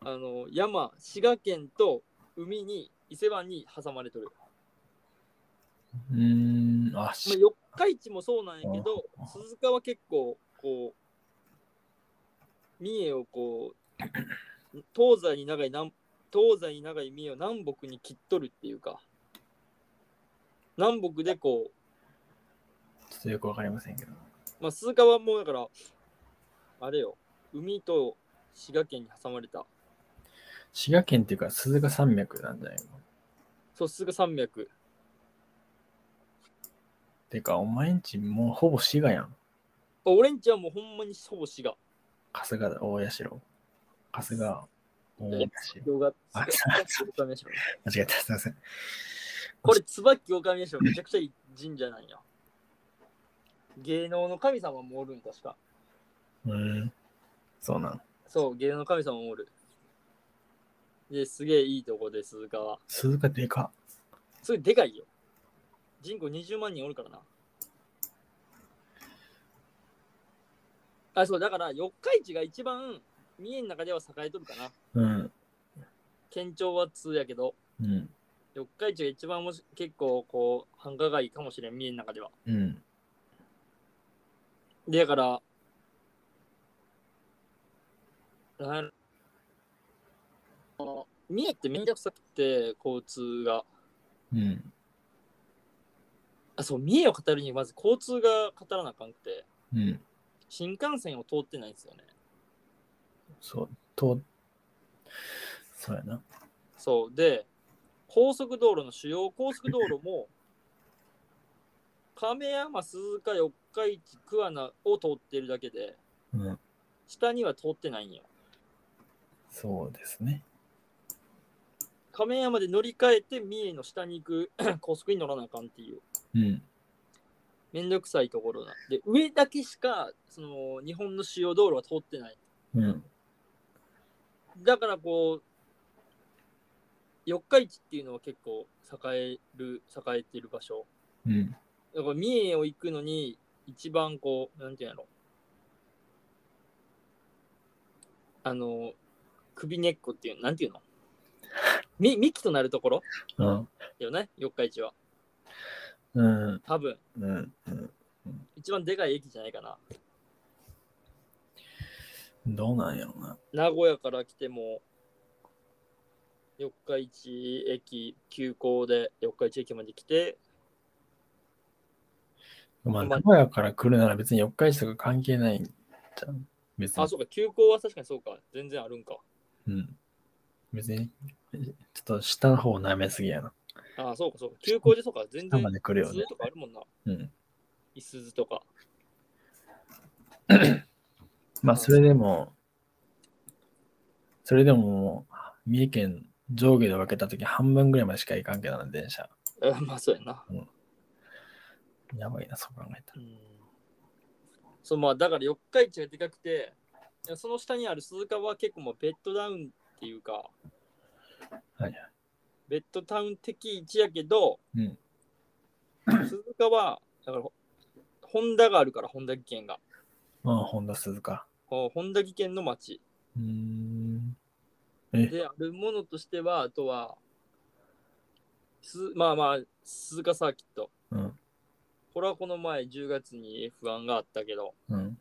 S1: あの、山、滋賀県と海に、伊勢湾に挟まれとる。
S2: うーん、あ、
S1: まあ、
S2: し、
S1: 四日市もそうなんやけど、鈴鹿は結構、こう、三重をこう、東西に長い南、東西に長い三重を南北に切っとるっていうか、南北でこう、
S2: ちょっとよくわかりませんけど。
S1: まあ、鈴鹿はもうだから、あれよ、海と滋賀県に挟まれた、
S2: 滋賀県っていうか、鈴鹿山脈なんじゃないの
S1: そう、鈴鹿山脈。
S2: てか、お前んち、もうほぼ滋賀やん。
S1: 俺んちはもうほんまにほぼ滋賀。
S2: 春日だ、大社。春日、大社。
S1: *laughs* よが
S2: あ間違えた、すいません。
S1: これ、椿狼でしょ。めちゃくちゃいい神社なんや。芸能の神様もおるん、確か。
S2: うーん。そうなん。
S1: そう、芸能の神様もおる。で、すげえいいとこで、鈴鹿は。
S2: 鈴鹿でか
S1: すごいでかいよ。人口20万人おるからな。あ、そう、だから、四日市が一番、三重の中では栄えとるかな。
S2: っ。うん。
S1: 県庁は通やけど、
S2: うん。
S1: 四日市が一番もし結構、こう、繁華街かもしれん、三重の中では。
S2: うん。
S1: で、だから、なんやろあの三重ってめんどくさくて、交通が。
S2: うん。
S1: あ、そう、三重を語るにはまず交通が語らなあかんくて、
S2: うん。
S1: 新幹線を通ってないんですよね。
S2: そう、と、そうやな。
S1: そう。で、高速道路の主要高速道路も、亀山、鈴鹿、四日市、桑名を通ってるだけで、
S2: うん。
S1: 下には通ってないんよ。
S2: そうですね。
S1: 亀山で乗り換えて三重の下に行く *coughs* 高速に乗らなあかんっていう。
S2: うん。
S1: めんどくさいところだ。で、上だけしか、その、日本の主要道路は通ってない。
S2: うん。
S1: だからこう、四日市っていうのは結構栄える、栄えてる場所。
S2: うん。
S1: だから三重を行くのに、一番こう、なんていうんやろ。あの、首根っこっていう、なんていうのみ *laughs* 幹となるところ
S2: うん。
S1: だよね、四日市は。
S2: うん。
S1: 多分、
S2: うん。うん
S1: 一番でかい駅じゃないかな。
S2: どうなんやろな。
S1: 名古屋から来ても、四日市駅、急行で四日市駅まで来て、
S2: まあ、
S1: まあ
S2: 名古屋から来るなら別に四日市とか関係ないんじゃん。別に。
S1: あ、そうか、急行は確かにそうか、全然あるんか。
S2: うん。別に、ちょっと下の方舐めすぎやな。
S1: あ、そうか、そうか、急行でそうか、全
S2: 下
S1: 然、
S2: まで来るよ
S1: 鈴
S2: ね。
S1: とかあるもんな、
S2: うん。
S1: いすずとか。 *laughs*
S2: まあ、それでも、それでももう、三重県上下で分けたとき半分ぐらいまでしか行かんけどな、電車。
S1: えまあ、そうやな。
S2: やばいな、そう考えた
S1: う
S2: ら。
S1: ん。そう、まあ、だから四日市がでかくて、いやその下にある鈴鹿は結構もうベッドダウンっていうか、
S2: はいはい。
S1: ベッドタウン的位置やけど、
S2: うん
S1: 鈴鹿は、だから、ホンダがあるから、ホンダ技研が。
S2: まあ、本田鈴鹿。
S1: こうホンダ技研の町。
S2: うーん。え
S1: で、あるものとしては、あとは、すまあまあ、鈴鹿サーキット。
S2: うん。
S1: これはこの前10月に F1 があったけど、
S2: うん。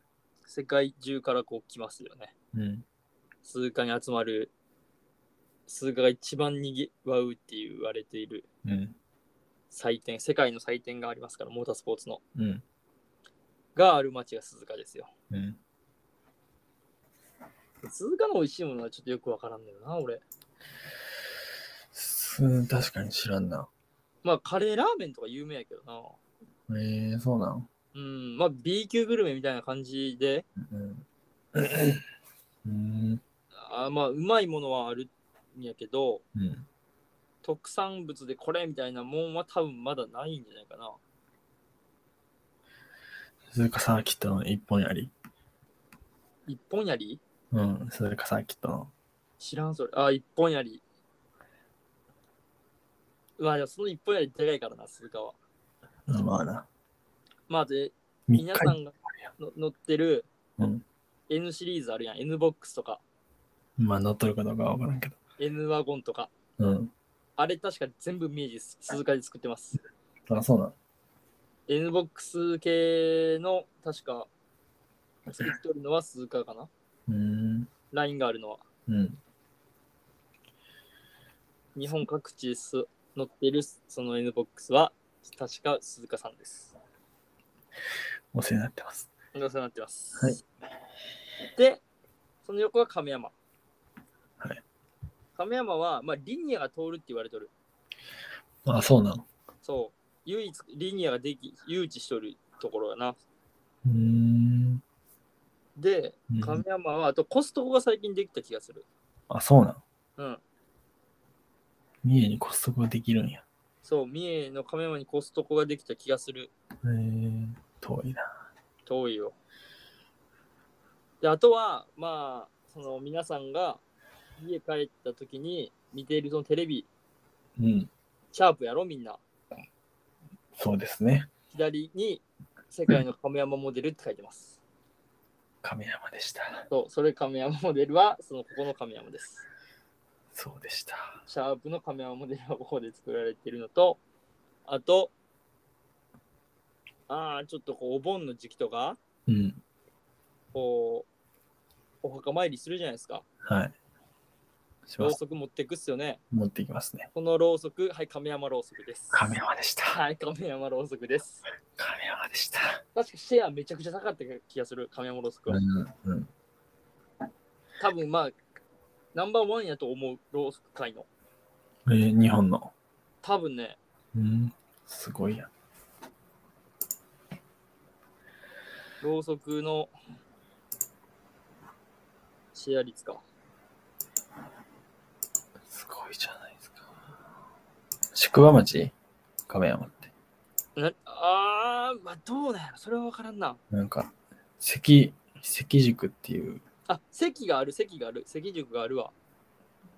S1: 世界中からこう来ますよね。
S2: うん。
S1: 鈴鹿に集まる、鈴鹿が一番にぎわうって言われている
S2: うん。
S1: 祭典、世界の祭典がありますから、モータースポーツの。
S2: うん。
S1: がある町が鈴鹿ですよ。
S2: うん。
S1: 鈴鹿の美味しいものはちょっとよくわからんだよな、俺。
S2: す確かに知らんな。
S1: まあ、カレーラーメンとか有名やけどな。
S2: えー、そうなん。
S1: うん、まあ、B 級グルメみたいな感じで、
S2: うん。うーん。
S1: あまあ、うまいものはあるんやけど、
S2: うん。
S1: 特産物でこれみたいなもんは多分まだないんじゃないかな。
S2: 鈴鹿サーキットの一本やり。
S1: 一本やり
S2: うん。鈴鹿サーキットの。
S1: 知らんそれ。あ、一本やり。うわ、でもその一本やりでかいからな、鈴鹿は。
S2: うんまあな。
S1: まあ、で、
S2: 三
S1: 皆
S2: 日
S1: さんがの乗ってる
S2: うん
S1: N シリーズあるやん。N ボックスとか、
S2: まあ乗っとるかどうかは分からんけど。
S1: N ワゴンとか。
S2: うん。
S1: あれ確か全部明治です鈴鹿で作ってます。
S2: あ、そうなん。
S1: NBOX 系の確か作ってるのは鈴鹿かな
S2: うーん。
S1: ラインがあるのは。
S2: うん。
S1: 日本各地す乗ってるその NBOX は確か鈴鹿さんです。
S2: お世話になってます。
S1: お世話になってます。
S2: はい
S1: で、その横は亀山。
S2: はい
S1: 亀山は、まあ、リニアが通るって言われてる。
S2: あ、そうなん。
S1: そう。唯一リニアができ、誘致しとるところやな。
S2: うーん。
S1: で、
S2: うん
S1: 亀山は、あとコストコが最近できた気がする。
S2: あ、そうなん。
S1: うん。
S2: 三重にコストコできるんや。
S1: そう、三重の亀山にコストコができた気がする。
S2: えー、遠いな。
S1: 遠いよ。で、あとは、まあ、その皆さんが家帰った時に見ているそのテレビ、
S2: うん。
S1: シャープやろ、みんな。
S2: そうですね。
S1: 左に世界の亀山モデルって書いてます。
S2: 亀山でした。
S1: そう、それ亀山モデルは、そのここの亀山です。
S2: そうでした。
S1: シャープの亀山モデルはここで作られているのと、あと、ああ、ちょっとこうお盆の時期とか、
S2: うん。
S1: こう、お墓参りするじゃないですか。
S2: はい。し
S1: ろ
S2: ま
S1: う
S2: す。
S1: そく持ってくっすよね。
S2: 持っていきますね。
S1: このろうそく、はい、亀山ろうそくです。
S2: 亀山でした。
S1: はい、亀山ろうそくです。
S2: 亀山でした。
S1: 確かシェアめちゃくちゃ高かった気がする、亀山ろうそく
S2: う
S1: は。
S2: ん。うん。
S1: 多分まあ、ナンバーワンやと思う、ろうそく界の。
S2: えー、日本の。
S1: 多分ね、
S2: うん。すごいやん。
S1: ろうそくのシェア率か。
S2: すごいじゃないですか。宿場町亀山って。
S1: なあー、まあ、どうだよ。それは分からんな。
S2: なんか、関、関宿っていう
S1: あ、席がある、席がある、席塾があるわ。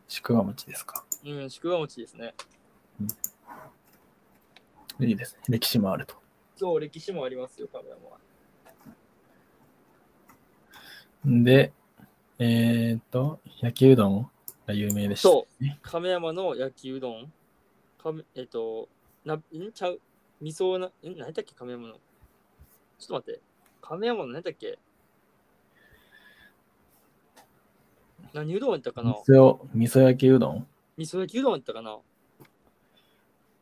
S2: 宿場町ですか。
S1: うん、宿場餅ですね。
S2: いいですね。歴史もあると。
S1: そう、歴史もありますよ、亀山は。
S2: で、えー、っと、焼きうどんが有名でした、
S1: そ
S2: ね。
S1: 亀山の焼きうどん、亀えっと、な、んちゃう、味噌な、ん何だっけ、亀山の。ちょっと待って、亀山の何だっけ何うどんやったかな
S2: 味噌、味噌焼きうどん
S1: 味噌焼きうどんやったかな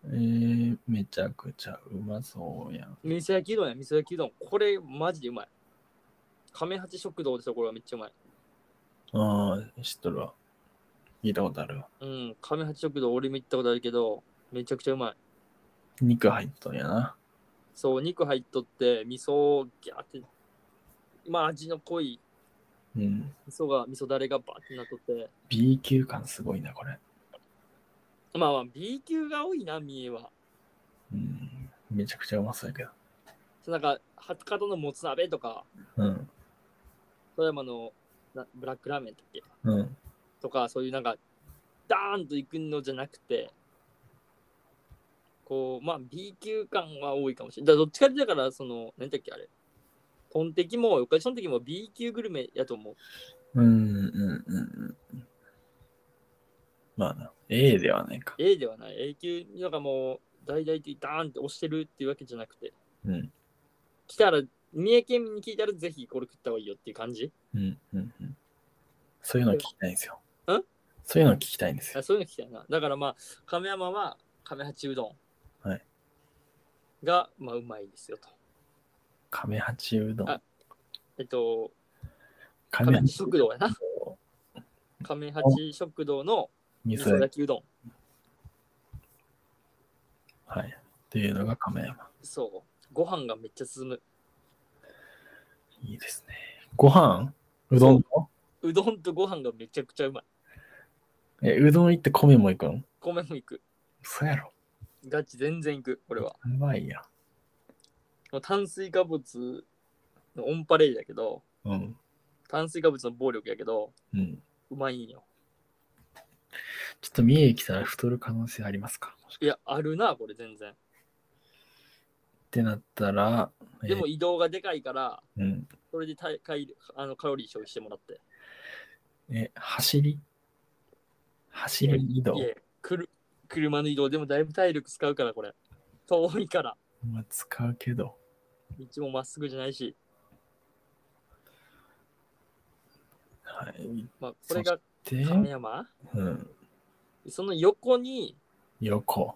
S2: えー、めちゃくちゃうまそうやん。
S1: 味噌焼きうどんや、味噌焼きうどん。これ、マジでうまい。亀八食堂でしょ、これはめっちゃうまい。
S2: ああ、知っとるわ。聞いたことあるわ。
S1: うん、亀八食堂、俺も行ったことあるけど、めちゃくちゃうまい。
S2: 肉入っとんやな。
S1: そう、肉入っとって、味噌をギャーって、まあ味の濃い
S2: うん。
S1: 味噌が、味噌だれがバーってなっとって、
S2: B 級感すごいな、これ。
S1: まあまあ B 級が多いな、三重は。
S2: うん。めちゃくちゃうまそうやけど。
S1: そうなんか、博多のもつ鍋とか、
S2: うん。
S1: 富山のなブラックラーメンだっけ
S2: うん。
S1: とか、そういうなんか、ダーンと行くのじゃなくて、こう、まあ B 級感は多いかもしれない。だからどっちかってだから、その、何だっけあれ。トンテキも、おかしトンテキも B 級グルメやと思う。
S2: うんうんうんうん。まあな。A ではないか。
S1: A ではない。A 級なんかもう、大々的にダーンって押してるっていうわけじゃなくて、
S2: うん。
S1: 来たら、三重県民に聞いたらぜひこれ食った方がいいよっていう感じ。
S2: うんうんうん。そういうの聞きたいんですよ。
S1: ん
S2: そういうの聞きたいんですよ。
S1: あそういうの聞きたいな。だからまあ、亀山は亀八うどん。
S2: はい
S1: が、まあ、うまいですよと。
S2: 亀八うどん
S1: あ。えっと、
S2: 亀
S1: 亀八
S2: 八
S1: 食堂やな。
S2: 堂。
S1: 亀八食堂の
S2: 味
S1: 味噌
S2: 噌焼き。
S1: 焼きうどん。
S2: はい。っていうのが亀山。
S1: そう。ご飯がめっちゃ進む。
S2: いいですね。ご飯うどんと
S1: うどんとご飯がめちゃくちゃうまい。
S2: え、うどん行って米も行くん
S1: 米も行く。
S2: そうやろ。
S1: ガチ全然行く、これは。
S2: うまいやん。
S1: もう炭水化物のオンパレードやけど、
S2: うん。
S1: 炭水化物の暴力やけど、
S2: うん。
S1: うまいんよ。
S2: ちょっと三重来たら太る可能性ありますかもしか
S1: いや、あるな、これ全然。
S2: ってなったら、えー
S1: でも移動がでかいから、
S2: うん。
S1: それで体体力あのカロリー消費してもらって。
S2: え、走り走り移動
S1: い。え、くる車の移動でもだいぶ体力使うから、これ。遠いから。
S2: まあ、使うけど。
S1: 道もまっすぐじゃないし、
S2: はい。
S1: まあ、これが
S2: で、
S1: 亀山
S2: うん。
S1: その横に、
S2: 横。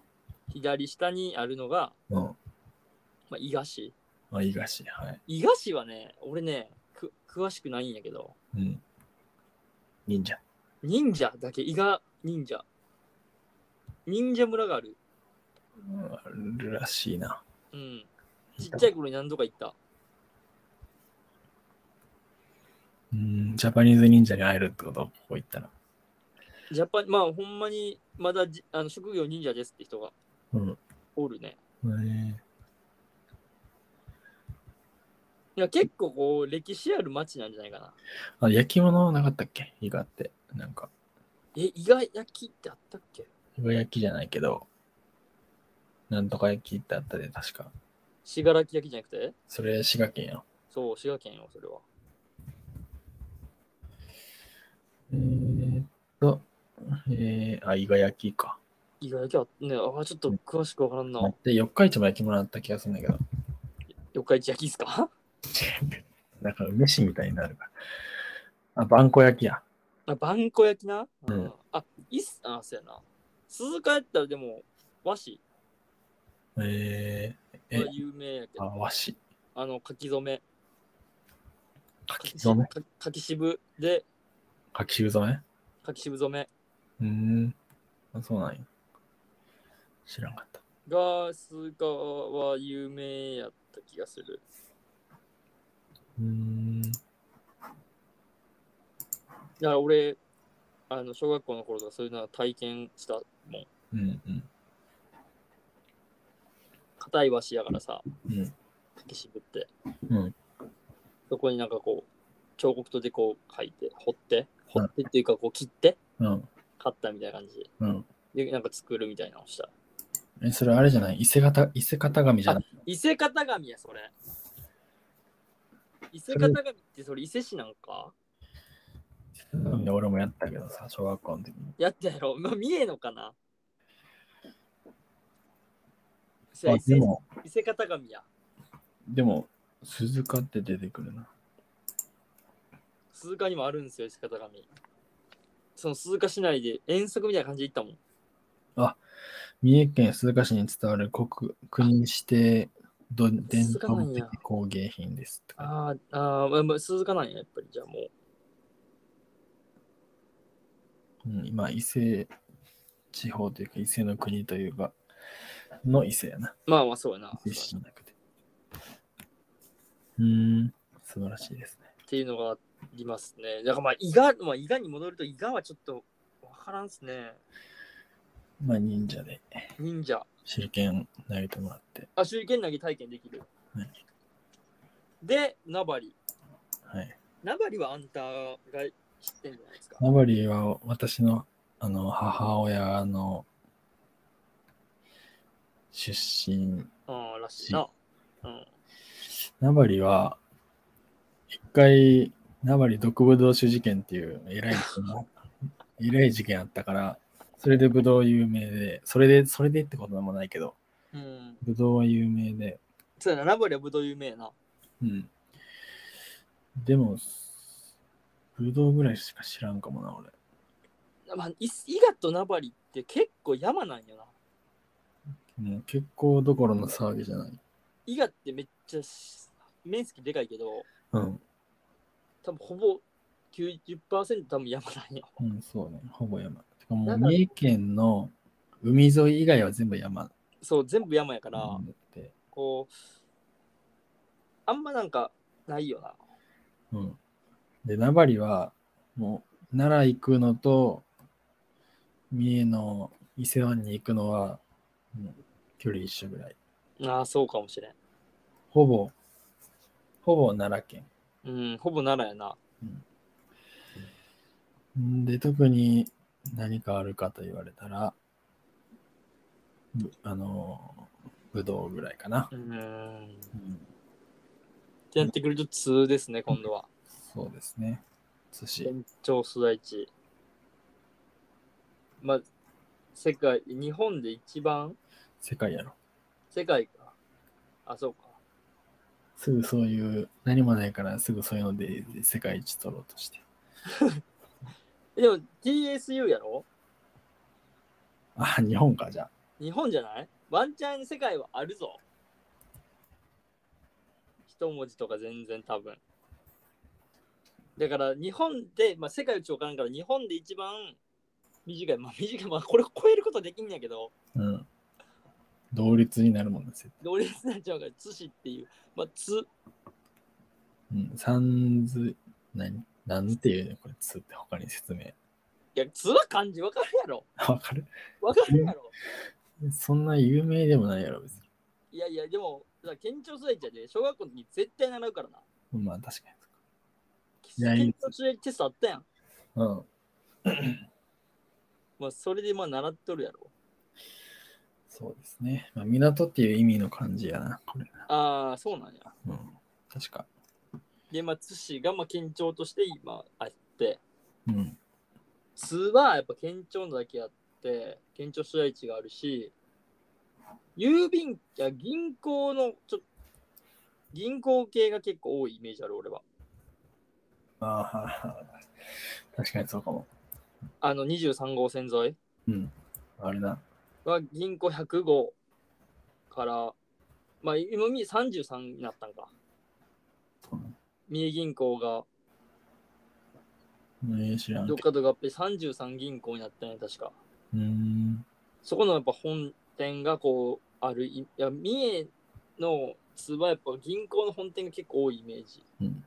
S1: 左下にあるのが、
S2: うん。
S1: まあ、伊賀市。
S2: あ、東。はい。
S1: 伊賀市はね、俺ね、く詳しくないんやけど、
S2: うん。忍者。
S1: 忍者だけ、伊賀忍者。忍者村がある。
S2: うんあるらしいな。
S1: うん。ちっちゃい頃に何度か行った。
S2: うん、ジャパニーズ忍者に会えるってことここ行ったら。
S1: ジャパン、まあほんまにまだじあの職業忍者ですって人が
S2: うん。
S1: おるね。
S2: ね
S1: いや結構こう歴史ある町なんじゃないかな。
S2: えあ、焼き物なかったっけ伊賀って。なんか、
S1: え、伊賀焼きってあったっけ
S2: 伊賀焼きじゃないけど、なんとか焼きってあったで、確か。
S1: 信楽焼きじゃなくて
S2: それ、滋賀県やん。
S1: そう、滋賀県よ、それは。
S2: えーっと、えー、あ、伊賀焼きか。
S1: 伊賀焼きはね、あちょっと詳しくわからんな。
S2: で、四日市も焼き物あった気がするんだけど。
S1: 四日市焼きっすか
S2: なんか、飯みたいになるから。あ、万古焼きや。
S1: あ、番小焼きな。
S2: うん
S1: うんあ、いっす、あ、そうやな。鈴鹿やったらでも和紙
S2: え
S1: が
S2: え
S1: 有名やけ
S2: ー、あ、
S1: ど、
S2: 和紙。
S1: あの書き初め。
S2: 書
S1: 書
S2: き
S1: き
S2: 初め。
S1: 書き渋で
S2: 書き初め
S1: 書き渋染め。
S2: うーん。あ、そうなんや。知らんかった。
S1: がスカは有名やった気がする。
S2: うーん。
S1: だから俺、あの小学校の頃とかそういうのは体験したもん。
S2: うんうん。
S1: 硬い橋やからさ、
S2: うん。
S1: 竹渋って。
S2: うん
S1: そこになんかこう、彫刻刀でこう書いて、掘って、掘ってっていうかこう切って、
S2: うん。
S1: 買ったみたいな感じ
S2: うん。
S1: で。で、なんか作るみたいなのをした。
S2: え、それあれじゃない伊勢型、伊勢型紙じゃない
S1: 伊勢型紙や、それ。伊勢型紙ってそれ伊勢市なんか
S2: いや俺もやったけどさ、小学校の時に。
S1: やったやろ。まあ、見えのかなせや
S2: あ
S1: 伊
S2: で
S1: 勢
S2: も、
S1: 伊勢型紙や。
S2: でも、鈴鹿って出てくるな。
S1: 鈴鹿にもあるんですよ、伊勢型紙。その鈴鹿市内で遠足みたいな感じで行ったもん。
S2: 三重県鈴鹿市に伝わる国国指定ど伝
S1: 鈴鹿な
S2: 統
S1: ん
S2: 的
S1: や
S2: 工芸品ですとか。
S1: あーあー、まあまあ、鈴鹿なんや、やっぱり。じゃあもう。
S2: うん、今、伊勢地方というか、伊勢の国というか、の伊勢やな。
S1: まあまあ、そうやな。
S2: 伊勢市じゃなくて。うーん、素晴らしいですね。
S1: っていうのがありますね。だからまあ、伊賀、まあ、伊賀に戻ると、伊賀はちょっとわからんっすね。
S2: まあ、忍者で
S1: 忍者。
S2: 手裏剣投げてもらって。
S1: あ、手裏剣投げ体験できる。
S2: はい
S1: で、ナバリ。
S2: はい。
S1: ナバリはあんたが知ってんじゃないですか。
S2: ナバリは私のあの母親の出身
S1: ああ、らしいな。うん。
S2: ナバリは、一回、ナバリ毒ブドウ酒事件っていう偉い事件が、 *laughs* 偉い事件あったから、それでブドウ有名で、それで、それでってことでもないけど、
S1: うん。
S2: ブドウは有名で、
S1: そうやな、ナバリはぶどう有名やな。
S2: うん。でも、ブドウぐらいしか知らんかもな、俺。
S1: まあ、い伊賀とナバリって結構山なんよな。
S2: もう結構どころの騒ぎじゃない。
S1: 伊賀ってめっちゃし面積でかいけど、
S2: うん。
S1: 多分ほぼ90%多分山なんよ。
S2: うん、そうね。ほぼ山。てかもう
S1: ナバ
S2: 三
S1: リ
S2: 重県の海沿い以外は全部山
S1: そう、全部山やから、
S2: なんだって。
S1: こう、あんまなんかないよな。
S2: うん。で、名張は、もう、奈良行くのと、三重の伊勢湾に行くのは、うん距離一緒ぐらい。
S1: ああ、そうかもしれん。
S2: ほぼ、ほぼ奈良
S1: うん、ほぼ奈良やな。
S2: 県。んで、特に何かあるかと言われたら、ぶあのー、ぶどうぐらいかな。
S1: うん。っ
S2: うん、
S1: てなってくると2ですね、今度は。
S2: そうですね。寿司。
S1: 延長素材地。まあ、世界、日本で一番
S2: 世界やろ。
S1: 世界か。あ、そうか。
S2: すぐそういう、何もないから、すぐそういうので世界一取ろうとして。
S1: えでも TSU やろ
S2: あ、日本か、じゃあ。
S1: 日本じゃないワンチャン世界はあるぞ。一文字とか全然多分。だから日本で、まあ、世界一分からんから日本で一番短い、まあ短い、まあこれ超えることできんやけど、
S2: うん。同率になるもんですよ。
S1: 同列になっちゃうから、津市っていう、まあ津、
S2: うん。三ず、何なんていうのこれ、つって他に説明。 *laughs*
S1: いや津は漢字分かるやろ。
S2: わかる
S1: 分かるやろ。
S2: そんな有名でもないやろ、別
S1: いやいや、でも、だから県庁所在地やで、小学校に絶対習うからな。
S2: に。まあ、確かいやいい
S1: 県庁所在地テストあったやん。
S2: に。うん。
S1: まあそれでまあ習っとるやろ。
S2: そうですね。まあ、港っていう意味の漢字やな、これ。
S1: ああ、そうなんや。
S2: うん。確か。
S1: で、まあ、津市がまあ県庁として今あって、
S2: うん。
S1: 津はやっぱ県庁のだけあって、県庁所在地があるし、郵便、いや、銀行の、ちょ銀行系が結構多いイメージある、俺は。
S2: ああ、確かにそうかも。
S1: あの、23号線沿い
S2: うん。あれな。
S1: は銀行100号から、まあ、今、み33になったんか。三重銀行が、
S2: うん、知らんけ
S1: どっ
S2: ど。
S1: かと合併33銀行になったんや、確か。
S2: うーん。
S1: そこのやっぱ本店がこうあるい、いや三重の津はやっぱ銀行の本店が結構多いイメージ。
S2: うん。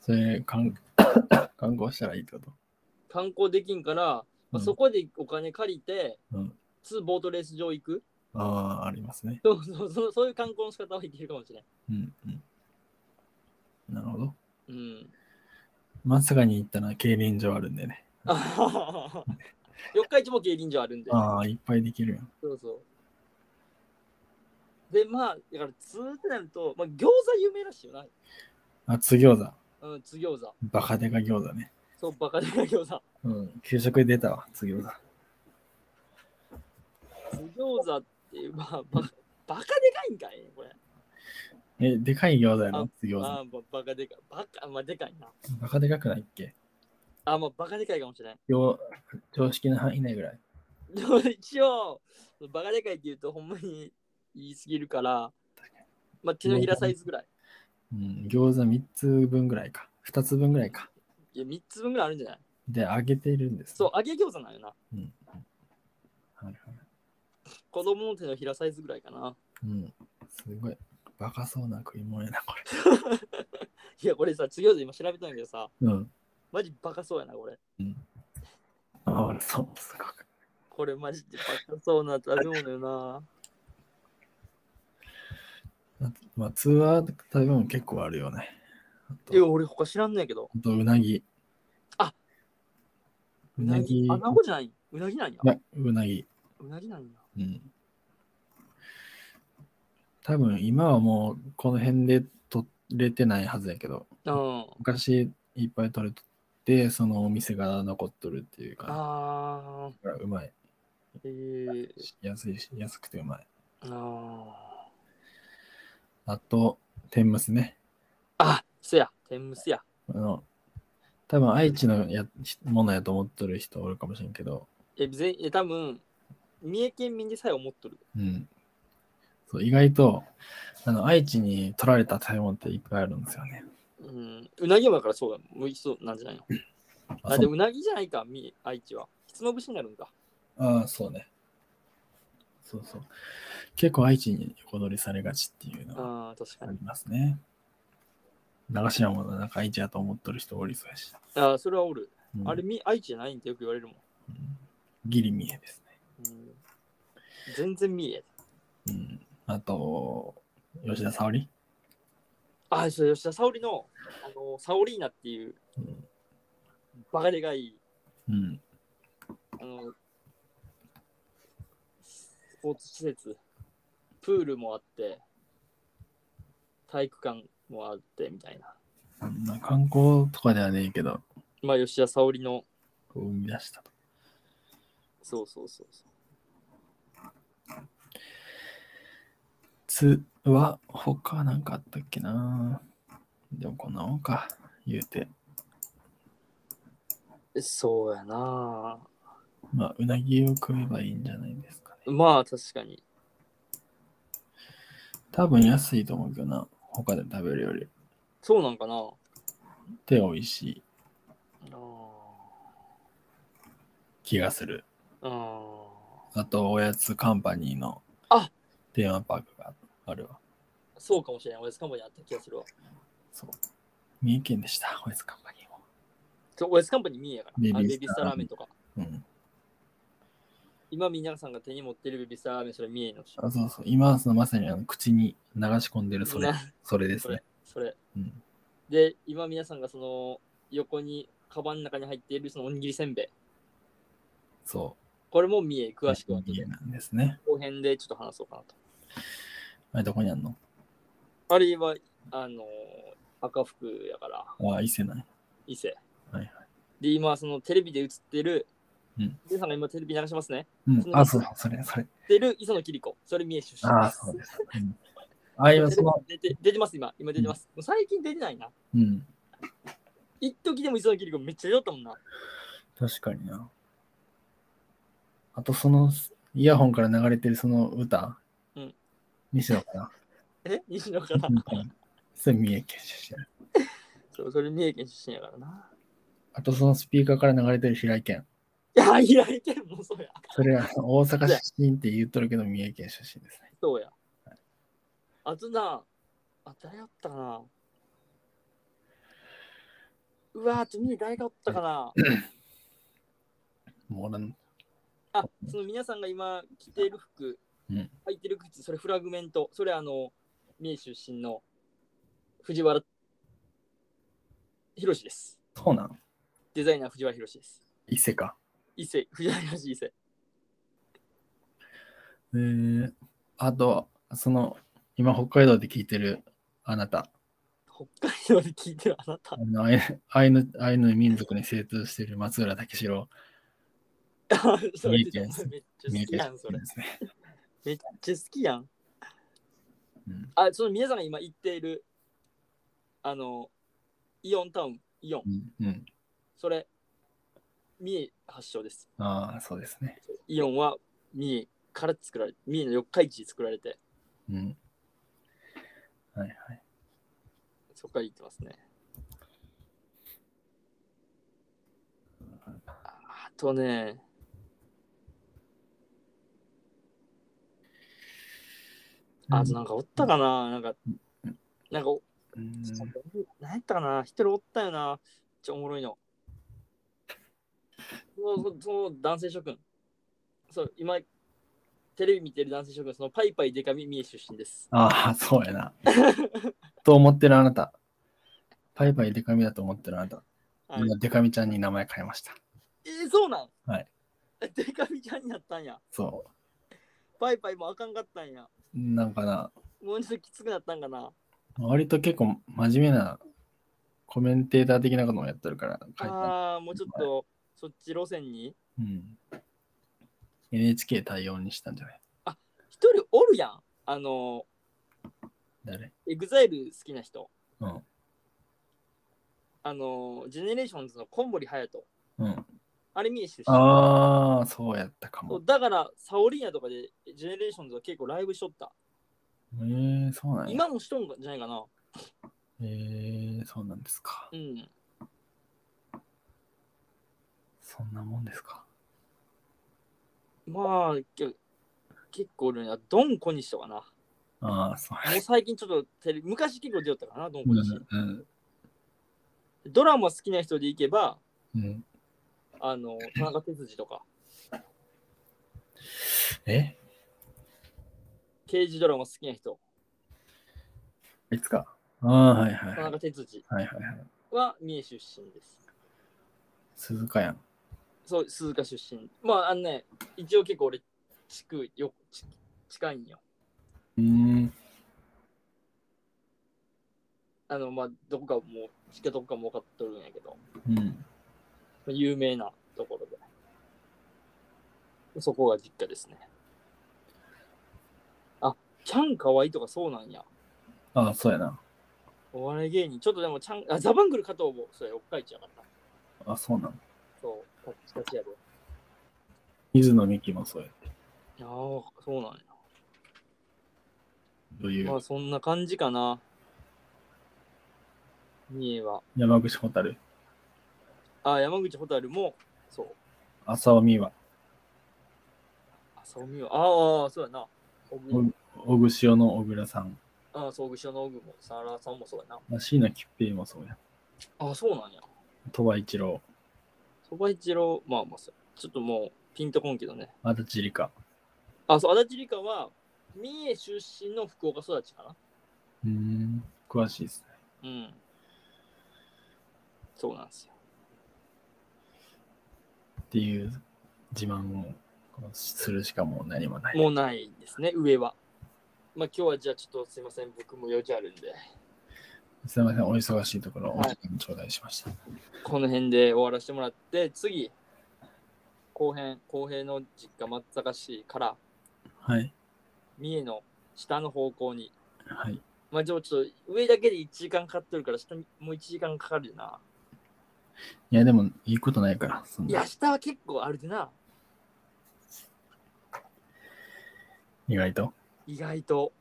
S2: それ、観 *coughs* 観光したらいいってこと
S1: 観光できんから、まあ、そこでお金借りて、
S2: うん
S1: 津ボートレース場行く
S2: うああ、ありますね。
S1: そうそうそうそういう観光の仕方はいけるかもしれない。
S2: うんうん。なるほど。
S1: うん。
S2: 松坂に行ったら競輪場あるんでね。
S1: あははは四日市も競輪場あるんで。
S2: ああ、いっぱいできるやん。
S1: そうそう。で、まあ、だから、通ってなると、まあ、餃子有名らしいよな。
S2: 厚餃子。
S1: うん、津餃子。
S2: バカデカ餃子ね。
S1: そう、バカでかい餃子。
S2: うん。給食で出たわ、厚餃子。
S1: 津餃子って、まあ、ババカでかいんかいね、これ。
S2: え、でかい餃子やろ、厚餃
S1: あ
S2: 子。
S1: あ、ばバカでかい。バカ、まあ、でかいな。
S2: バカでかくないっけ
S1: あ、まあ、バカでかいかもしれない。
S2: 常常識の範囲内ぐらい。
S1: でも一応、バカでかいって言うと、ほんまに言いすぎるから、まあ、手のひらサイズぐらい。
S2: うん。餃子3つ分ぐらいか。2つ分ぐらいか。
S1: いや、3つ分ぐらいあるんじゃない
S2: で、揚げているんです。
S1: そう、揚げ餃子なんよな。
S2: はいはい。
S1: 子供の手のひらサイズぐらいかな。
S2: うん。すごい。バカそうな食い物やな、こ
S1: いや、これさ、津餃子今調べたんだけどさ、
S2: れ。うん。
S1: マジバカそうやな、これ。
S2: ああ、そう、すごく。
S1: これマジでバカそうな食べ物よな。
S2: あとまあ、通話食べ物結構あるよね。あと
S1: いや、俺他知らんねんけど。
S2: あとうなぎ。
S1: あ
S2: うなぎ。い
S1: あ、なごじゃない。うなぎなんや。
S2: や、うなぎ。
S1: うなぎなんや。
S2: うん。多分今はもうこの辺で取れてないはずやけど、
S1: うん。
S2: 昔いっぱい取れとって、そのお店が残っとるっていうか、
S1: あ
S2: だからうまい。
S1: ー、えー、
S2: 安いし、安くてうまい。
S1: あー。
S2: あと、天むすね。
S1: あ、そや、天むすや。
S2: あの、多分愛知のやものやと思っとる人おるかもしれんけど、
S1: え、ぜえ多分三重県民でさえ思っとる。
S2: うん。そう意外と、あの、愛知に取られた食べ物っていっぱいあるんですよね。
S1: うん。うなぎもだからそうだ。もうそうなんじゃないの。
S2: あ、
S1: あ、で
S2: そう
S1: もうなぎじゃないか、み愛知は。ひつまぶしになるんだ。
S2: あーそうね。そうそう。結構愛知に横取りされがちっていうのは
S1: ああ、確か
S2: あ
S1: に。
S2: りますね。流しはもなんか愛知やと思っとる人おりそうやし。
S1: ああ、それはおる。
S2: うん
S1: あれ、、み愛知じゃないんってよく言われるもん。
S2: うんギリ見えです
S1: うん、全然三重。
S2: ね。うん。あと、吉田沙保里。
S1: あ、そう、吉田沙保里の、あの、サオリーナっていう
S2: うん、
S1: バカでかい、
S2: うん。
S1: あの、スポーツ施設、プールもあって、体育館もあって、みたいな。
S2: まあ観光とかではねえけど、
S1: まあ、吉田沙保里の、
S2: こう生み出したと。
S1: そうそうそうそう。
S2: つは、他なんかあったっけなでもこんなもんか、言うて。
S1: えそうやな
S2: まあ、うなぎを食えばいいんじゃないですかね。
S1: まあ、確かに。
S2: 多分安いと思うけどな、他で食べるより。
S1: そうなんかな
S2: で、美味しい
S1: あ
S2: 気がする。
S1: ーあ
S2: あと、おやつカンパニーの
S1: あ
S2: テーマパークがあるわ。
S1: ー。そうかもしれない。おやつカンパニーあった気がするわ。
S2: そう。三重県でした、おやつカンパニーも。
S1: ちょおやつカンパニー見えやから。
S2: ベビー
S1: あ
S2: スター
S1: ベビースターラーメンとか。
S2: うん。
S1: 今、皆さんが手に持ってるベビースターラーメン、それ見えのし。
S2: あそうそう。今、そのまさにあの口に流し込んでるそれ
S1: な、
S2: それです
S1: それ
S2: ね。、
S1: それ。
S2: うん。
S1: で、今皆さんがその横に、カバンの中に入っているそのおにぎりせんべい。
S2: そう。
S1: これも三重、詳しくは後
S2: 家
S1: で
S2: なんですね。
S1: 後編でちょっと話そうかな
S2: あれどこにあんの
S1: と。あれは、あのー赤服やから、
S2: あ、伊勢ない。
S1: 伊勢。
S2: はいはい
S1: で、今、そのテレビで映ってる、
S2: うん
S1: 皆さんが今テレビ流しますね。
S2: うん
S1: そ、の
S2: あ、そうだ、それ、それ。
S1: 映ってる磯野桐子。それ三重出身
S2: あ
S1: で
S2: あ、
S1: す。
S2: そうです。うんあ、今、その、
S1: 出て出てます、今。今出てます。もう最近出てないな。
S2: うん、
S1: 一時でも磯野桐子めっちゃ出とったもんな。
S2: 確かにな。あと、その、イヤホンから流れてるその歌、
S1: うん、
S2: 西野か
S1: え西野から。
S2: な。うんそれ、三重県出身。
S1: そう、それ三重県出身やからな。
S2: あと、そのスピーカーから流れてる平井県。
S1: いや、開いてるもん、そうや。
S2: それは、大阪出身って言っとるけど、三重県出身ですね。
S1: そうや。あとな、あ、誰やったかな。うわー、あと三重誰がおったかな。
S2: もうなん、
S1: あ、その皆さんが今着てる服、
S2: うん
S1: 入ってる口、それフラグメント、それあの、三重出身の藤原宏です。
S2: そうなん
S1: デザイナー藤原宏です。
S2: 伊勢か。
S1: 伊勢、藤原宏伊勢。
S2: えー、あと、その、今北海道で聞いてるあなた、
S1: 北海道で聞いてるあなた
S2: あ。のアイアイヌアイヌ民族に精通してる松浦武四郎、
S1: それ
S2: 三重県です
S1: めっちゃ好きやん、それ
S2: で。すね。
S1: めっちゃ好きやん。
S2: うん
S1: あ、その皆さんが今行っている、あの、イオンタウン、イオン、
S2: うん、うん。
S1: それ、三重発祥です。
S2: ああ、そうですね。
S1: イオンは三重から作られて、三重の四日市で作られて、
S2: うん。はいはい。
S1: そこから行ってますね。あとね、あとなんかおったかな、なんか、なんかお、
S2: うん、
S1: 何やったかな、一人おったよな、めっちょおもろいの。そのその男性諸君、そう、今、テレビ見てる男性諸君、そのパイパイデカミ三重出身です。
S2: ああ、そうやな。と思ってるあなた。パイパイデカミだと思ってるあなた。
S1: はい
S2: 今、デカミちゃんに名前変えました。
S1: えーそうなん
S2: はい。
S1: デカミちゃんになったんや。
S2: そ
S1: パイパイもあかんかったんや。
S2: う。なんかな、
S1: もうちょっときつくなったんかな。
S2: 割と結構真面目なコメンテーター的なこともやってるから、書いてある
S1: ああ、もうちょっとそっち路線に。
S2: うん、NHK 対応にしたんじゃない
S1: 一人おるやん。あの、
S2: 誰
S1: エグザイル好きな人。
S2: うん。
S1: あの、ジェネレーションズのコンボリハヤト。
S2: うん。
S1: あれ見えして
S2: ああ、そうやったか
S1: そ
S2: も
S1: う。だから、サオリーナとかでジェネレーションズは結構ライブしとった。
S2: えー、そうなんや。
S1: 今もしとんじゃないかな。
S2: えー、そうなんですか
S1: う。ん。
S2: そんなもんですか。
S1: まあ、け結構おるな。ドンコニシとかな。も
S2: ああ、そう
S1: う最近ちょっとテレビ、昔結構出よったかな、ドンコ
S2: う
S1: ニシ。
S2: んうん。
S1: ドラマ好きな人でいけば、
S2: うん、
S1: あの、田中哲司とか、
S2: え
S1: 刑事ドラマ好きな人、
S2: いつかああ、はいはい。
S1: 田
S2: はい
S1: 中哲司
S2: はいはい。
S1: は三重出身です。
S2: 鈴鹿やん。
S1: そう、鈴鹿出身。まあ、あのね、一応結構俺、地区よ、ち近いんよ。
S2: うーん。
S1: あの、まあ、どこかもう、地下どこかも分かっとるんやけど、
S2: うん。
S1: まあ有名なところで。そこが実家ですね。あ、ちゃんかわいいとかそうなんや。
S2: ああ、そうやな。
S1: お笑い芸人、ちょっとでもちゃん、あ、ザバングル加藤も、そうや、おっかいちやからな。
S2: あそうなの。
S1: そう、カチカチやで。
S2: 水野美紀もそうや。
S1: ああ、そうなんや。
S2: とい
S1: ま
S2: う
S1: あ、そんな感じかな。三重は。
S2: 山口蛍、
S1: あ、山口蛍も、そう。
S2: 浅尾美和、
S1: あ、そうみよ。ああ、そうやな。小栗
S2: うん小串尾の小倉さん、
S1: ああ、そう、ぐしょのオグも、サラさんもそうやな。
S2: 椎名桔平もそうや。
S1: ああ、そうなんや。
S2: 鳥羽一郎、
S1: そば一郎、まあまあそう、ちょっともう、ピンとこんけどね。
S2: 足立梨花。
S1: あ、そう、足立梨花は、三重出身の福岡育ちかな。
S2: うーん、詳しいですね。
S1: うん。そうなんですよ。
S2: っていう自慢をするしかもう何もない。
S1: もうないですね、上は。まあ今日はじゃあちょっとすいません、僕も用事あるんで、
S2: すみません、お忙しいところ、お
S1: はい
S2: 時間頂戴しました。
S1: この辺で終わらせてもらって、次、後編、後編の実家松阪市から
S2: はい、
S1: 三重の下の方向に、
S2: はい。
S1: まあでもちょっと上だけで1時間かかってるから、下にもう1時間かかるよな。
S2: いや、でも、いいことないから、そん
S1: いや、
S2: な
S1: 下は結構あるでな、
S2: 意外と。
S1: 意外と。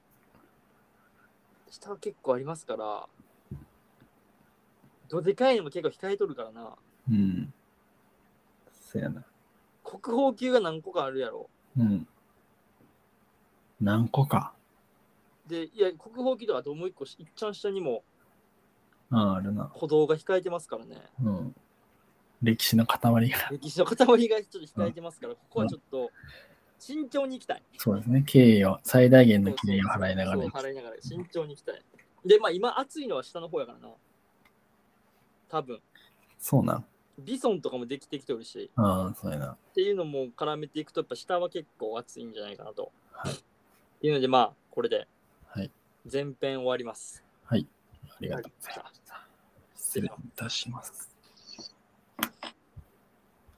S1: 下は結構ありますから、どでかいのも結構控えとるからな。
S2: うん。そやな。
S1: 国宝級が何個かあるやろ。
S2: うん。何個か。
S1: で、いや、国宝機とかともう一個し、いっちゃん下にも
S2: ああ、あるな。
S1: 歩道が控えてますからね。
S2: うん。歴史の塊が。
S1: 歴史の塊がちょっと控えてますから、ここはちょっと慎重に行きたい。
S2: そうですね。敬意を、最大限の敬意を払いながら
S1: そう
S2: 行く。
S1: 払いながら、慎重に行きたい。で、まあ今暑いのは下の方やからな。多分。
S2: そうなん。
S1: ビソンとかもできてきておるし、
S2: ああ、そうやな。
S1: っていうのも絡めていくと、やっぱ下は結構暑いんじゃないかなと。
S2: はい
S1: っていうので、まあ、これで
S2: はい。
S1: 前編終わります。
S2: はい。あり
S1: あ
S2: が
S1: り
S2: と
S1: が
S2: う
S1: とう
S2: ご
S1: ご
S2: ざ
S1: ざい
S2: いま。
S1: ます
S2: 失礼いたします。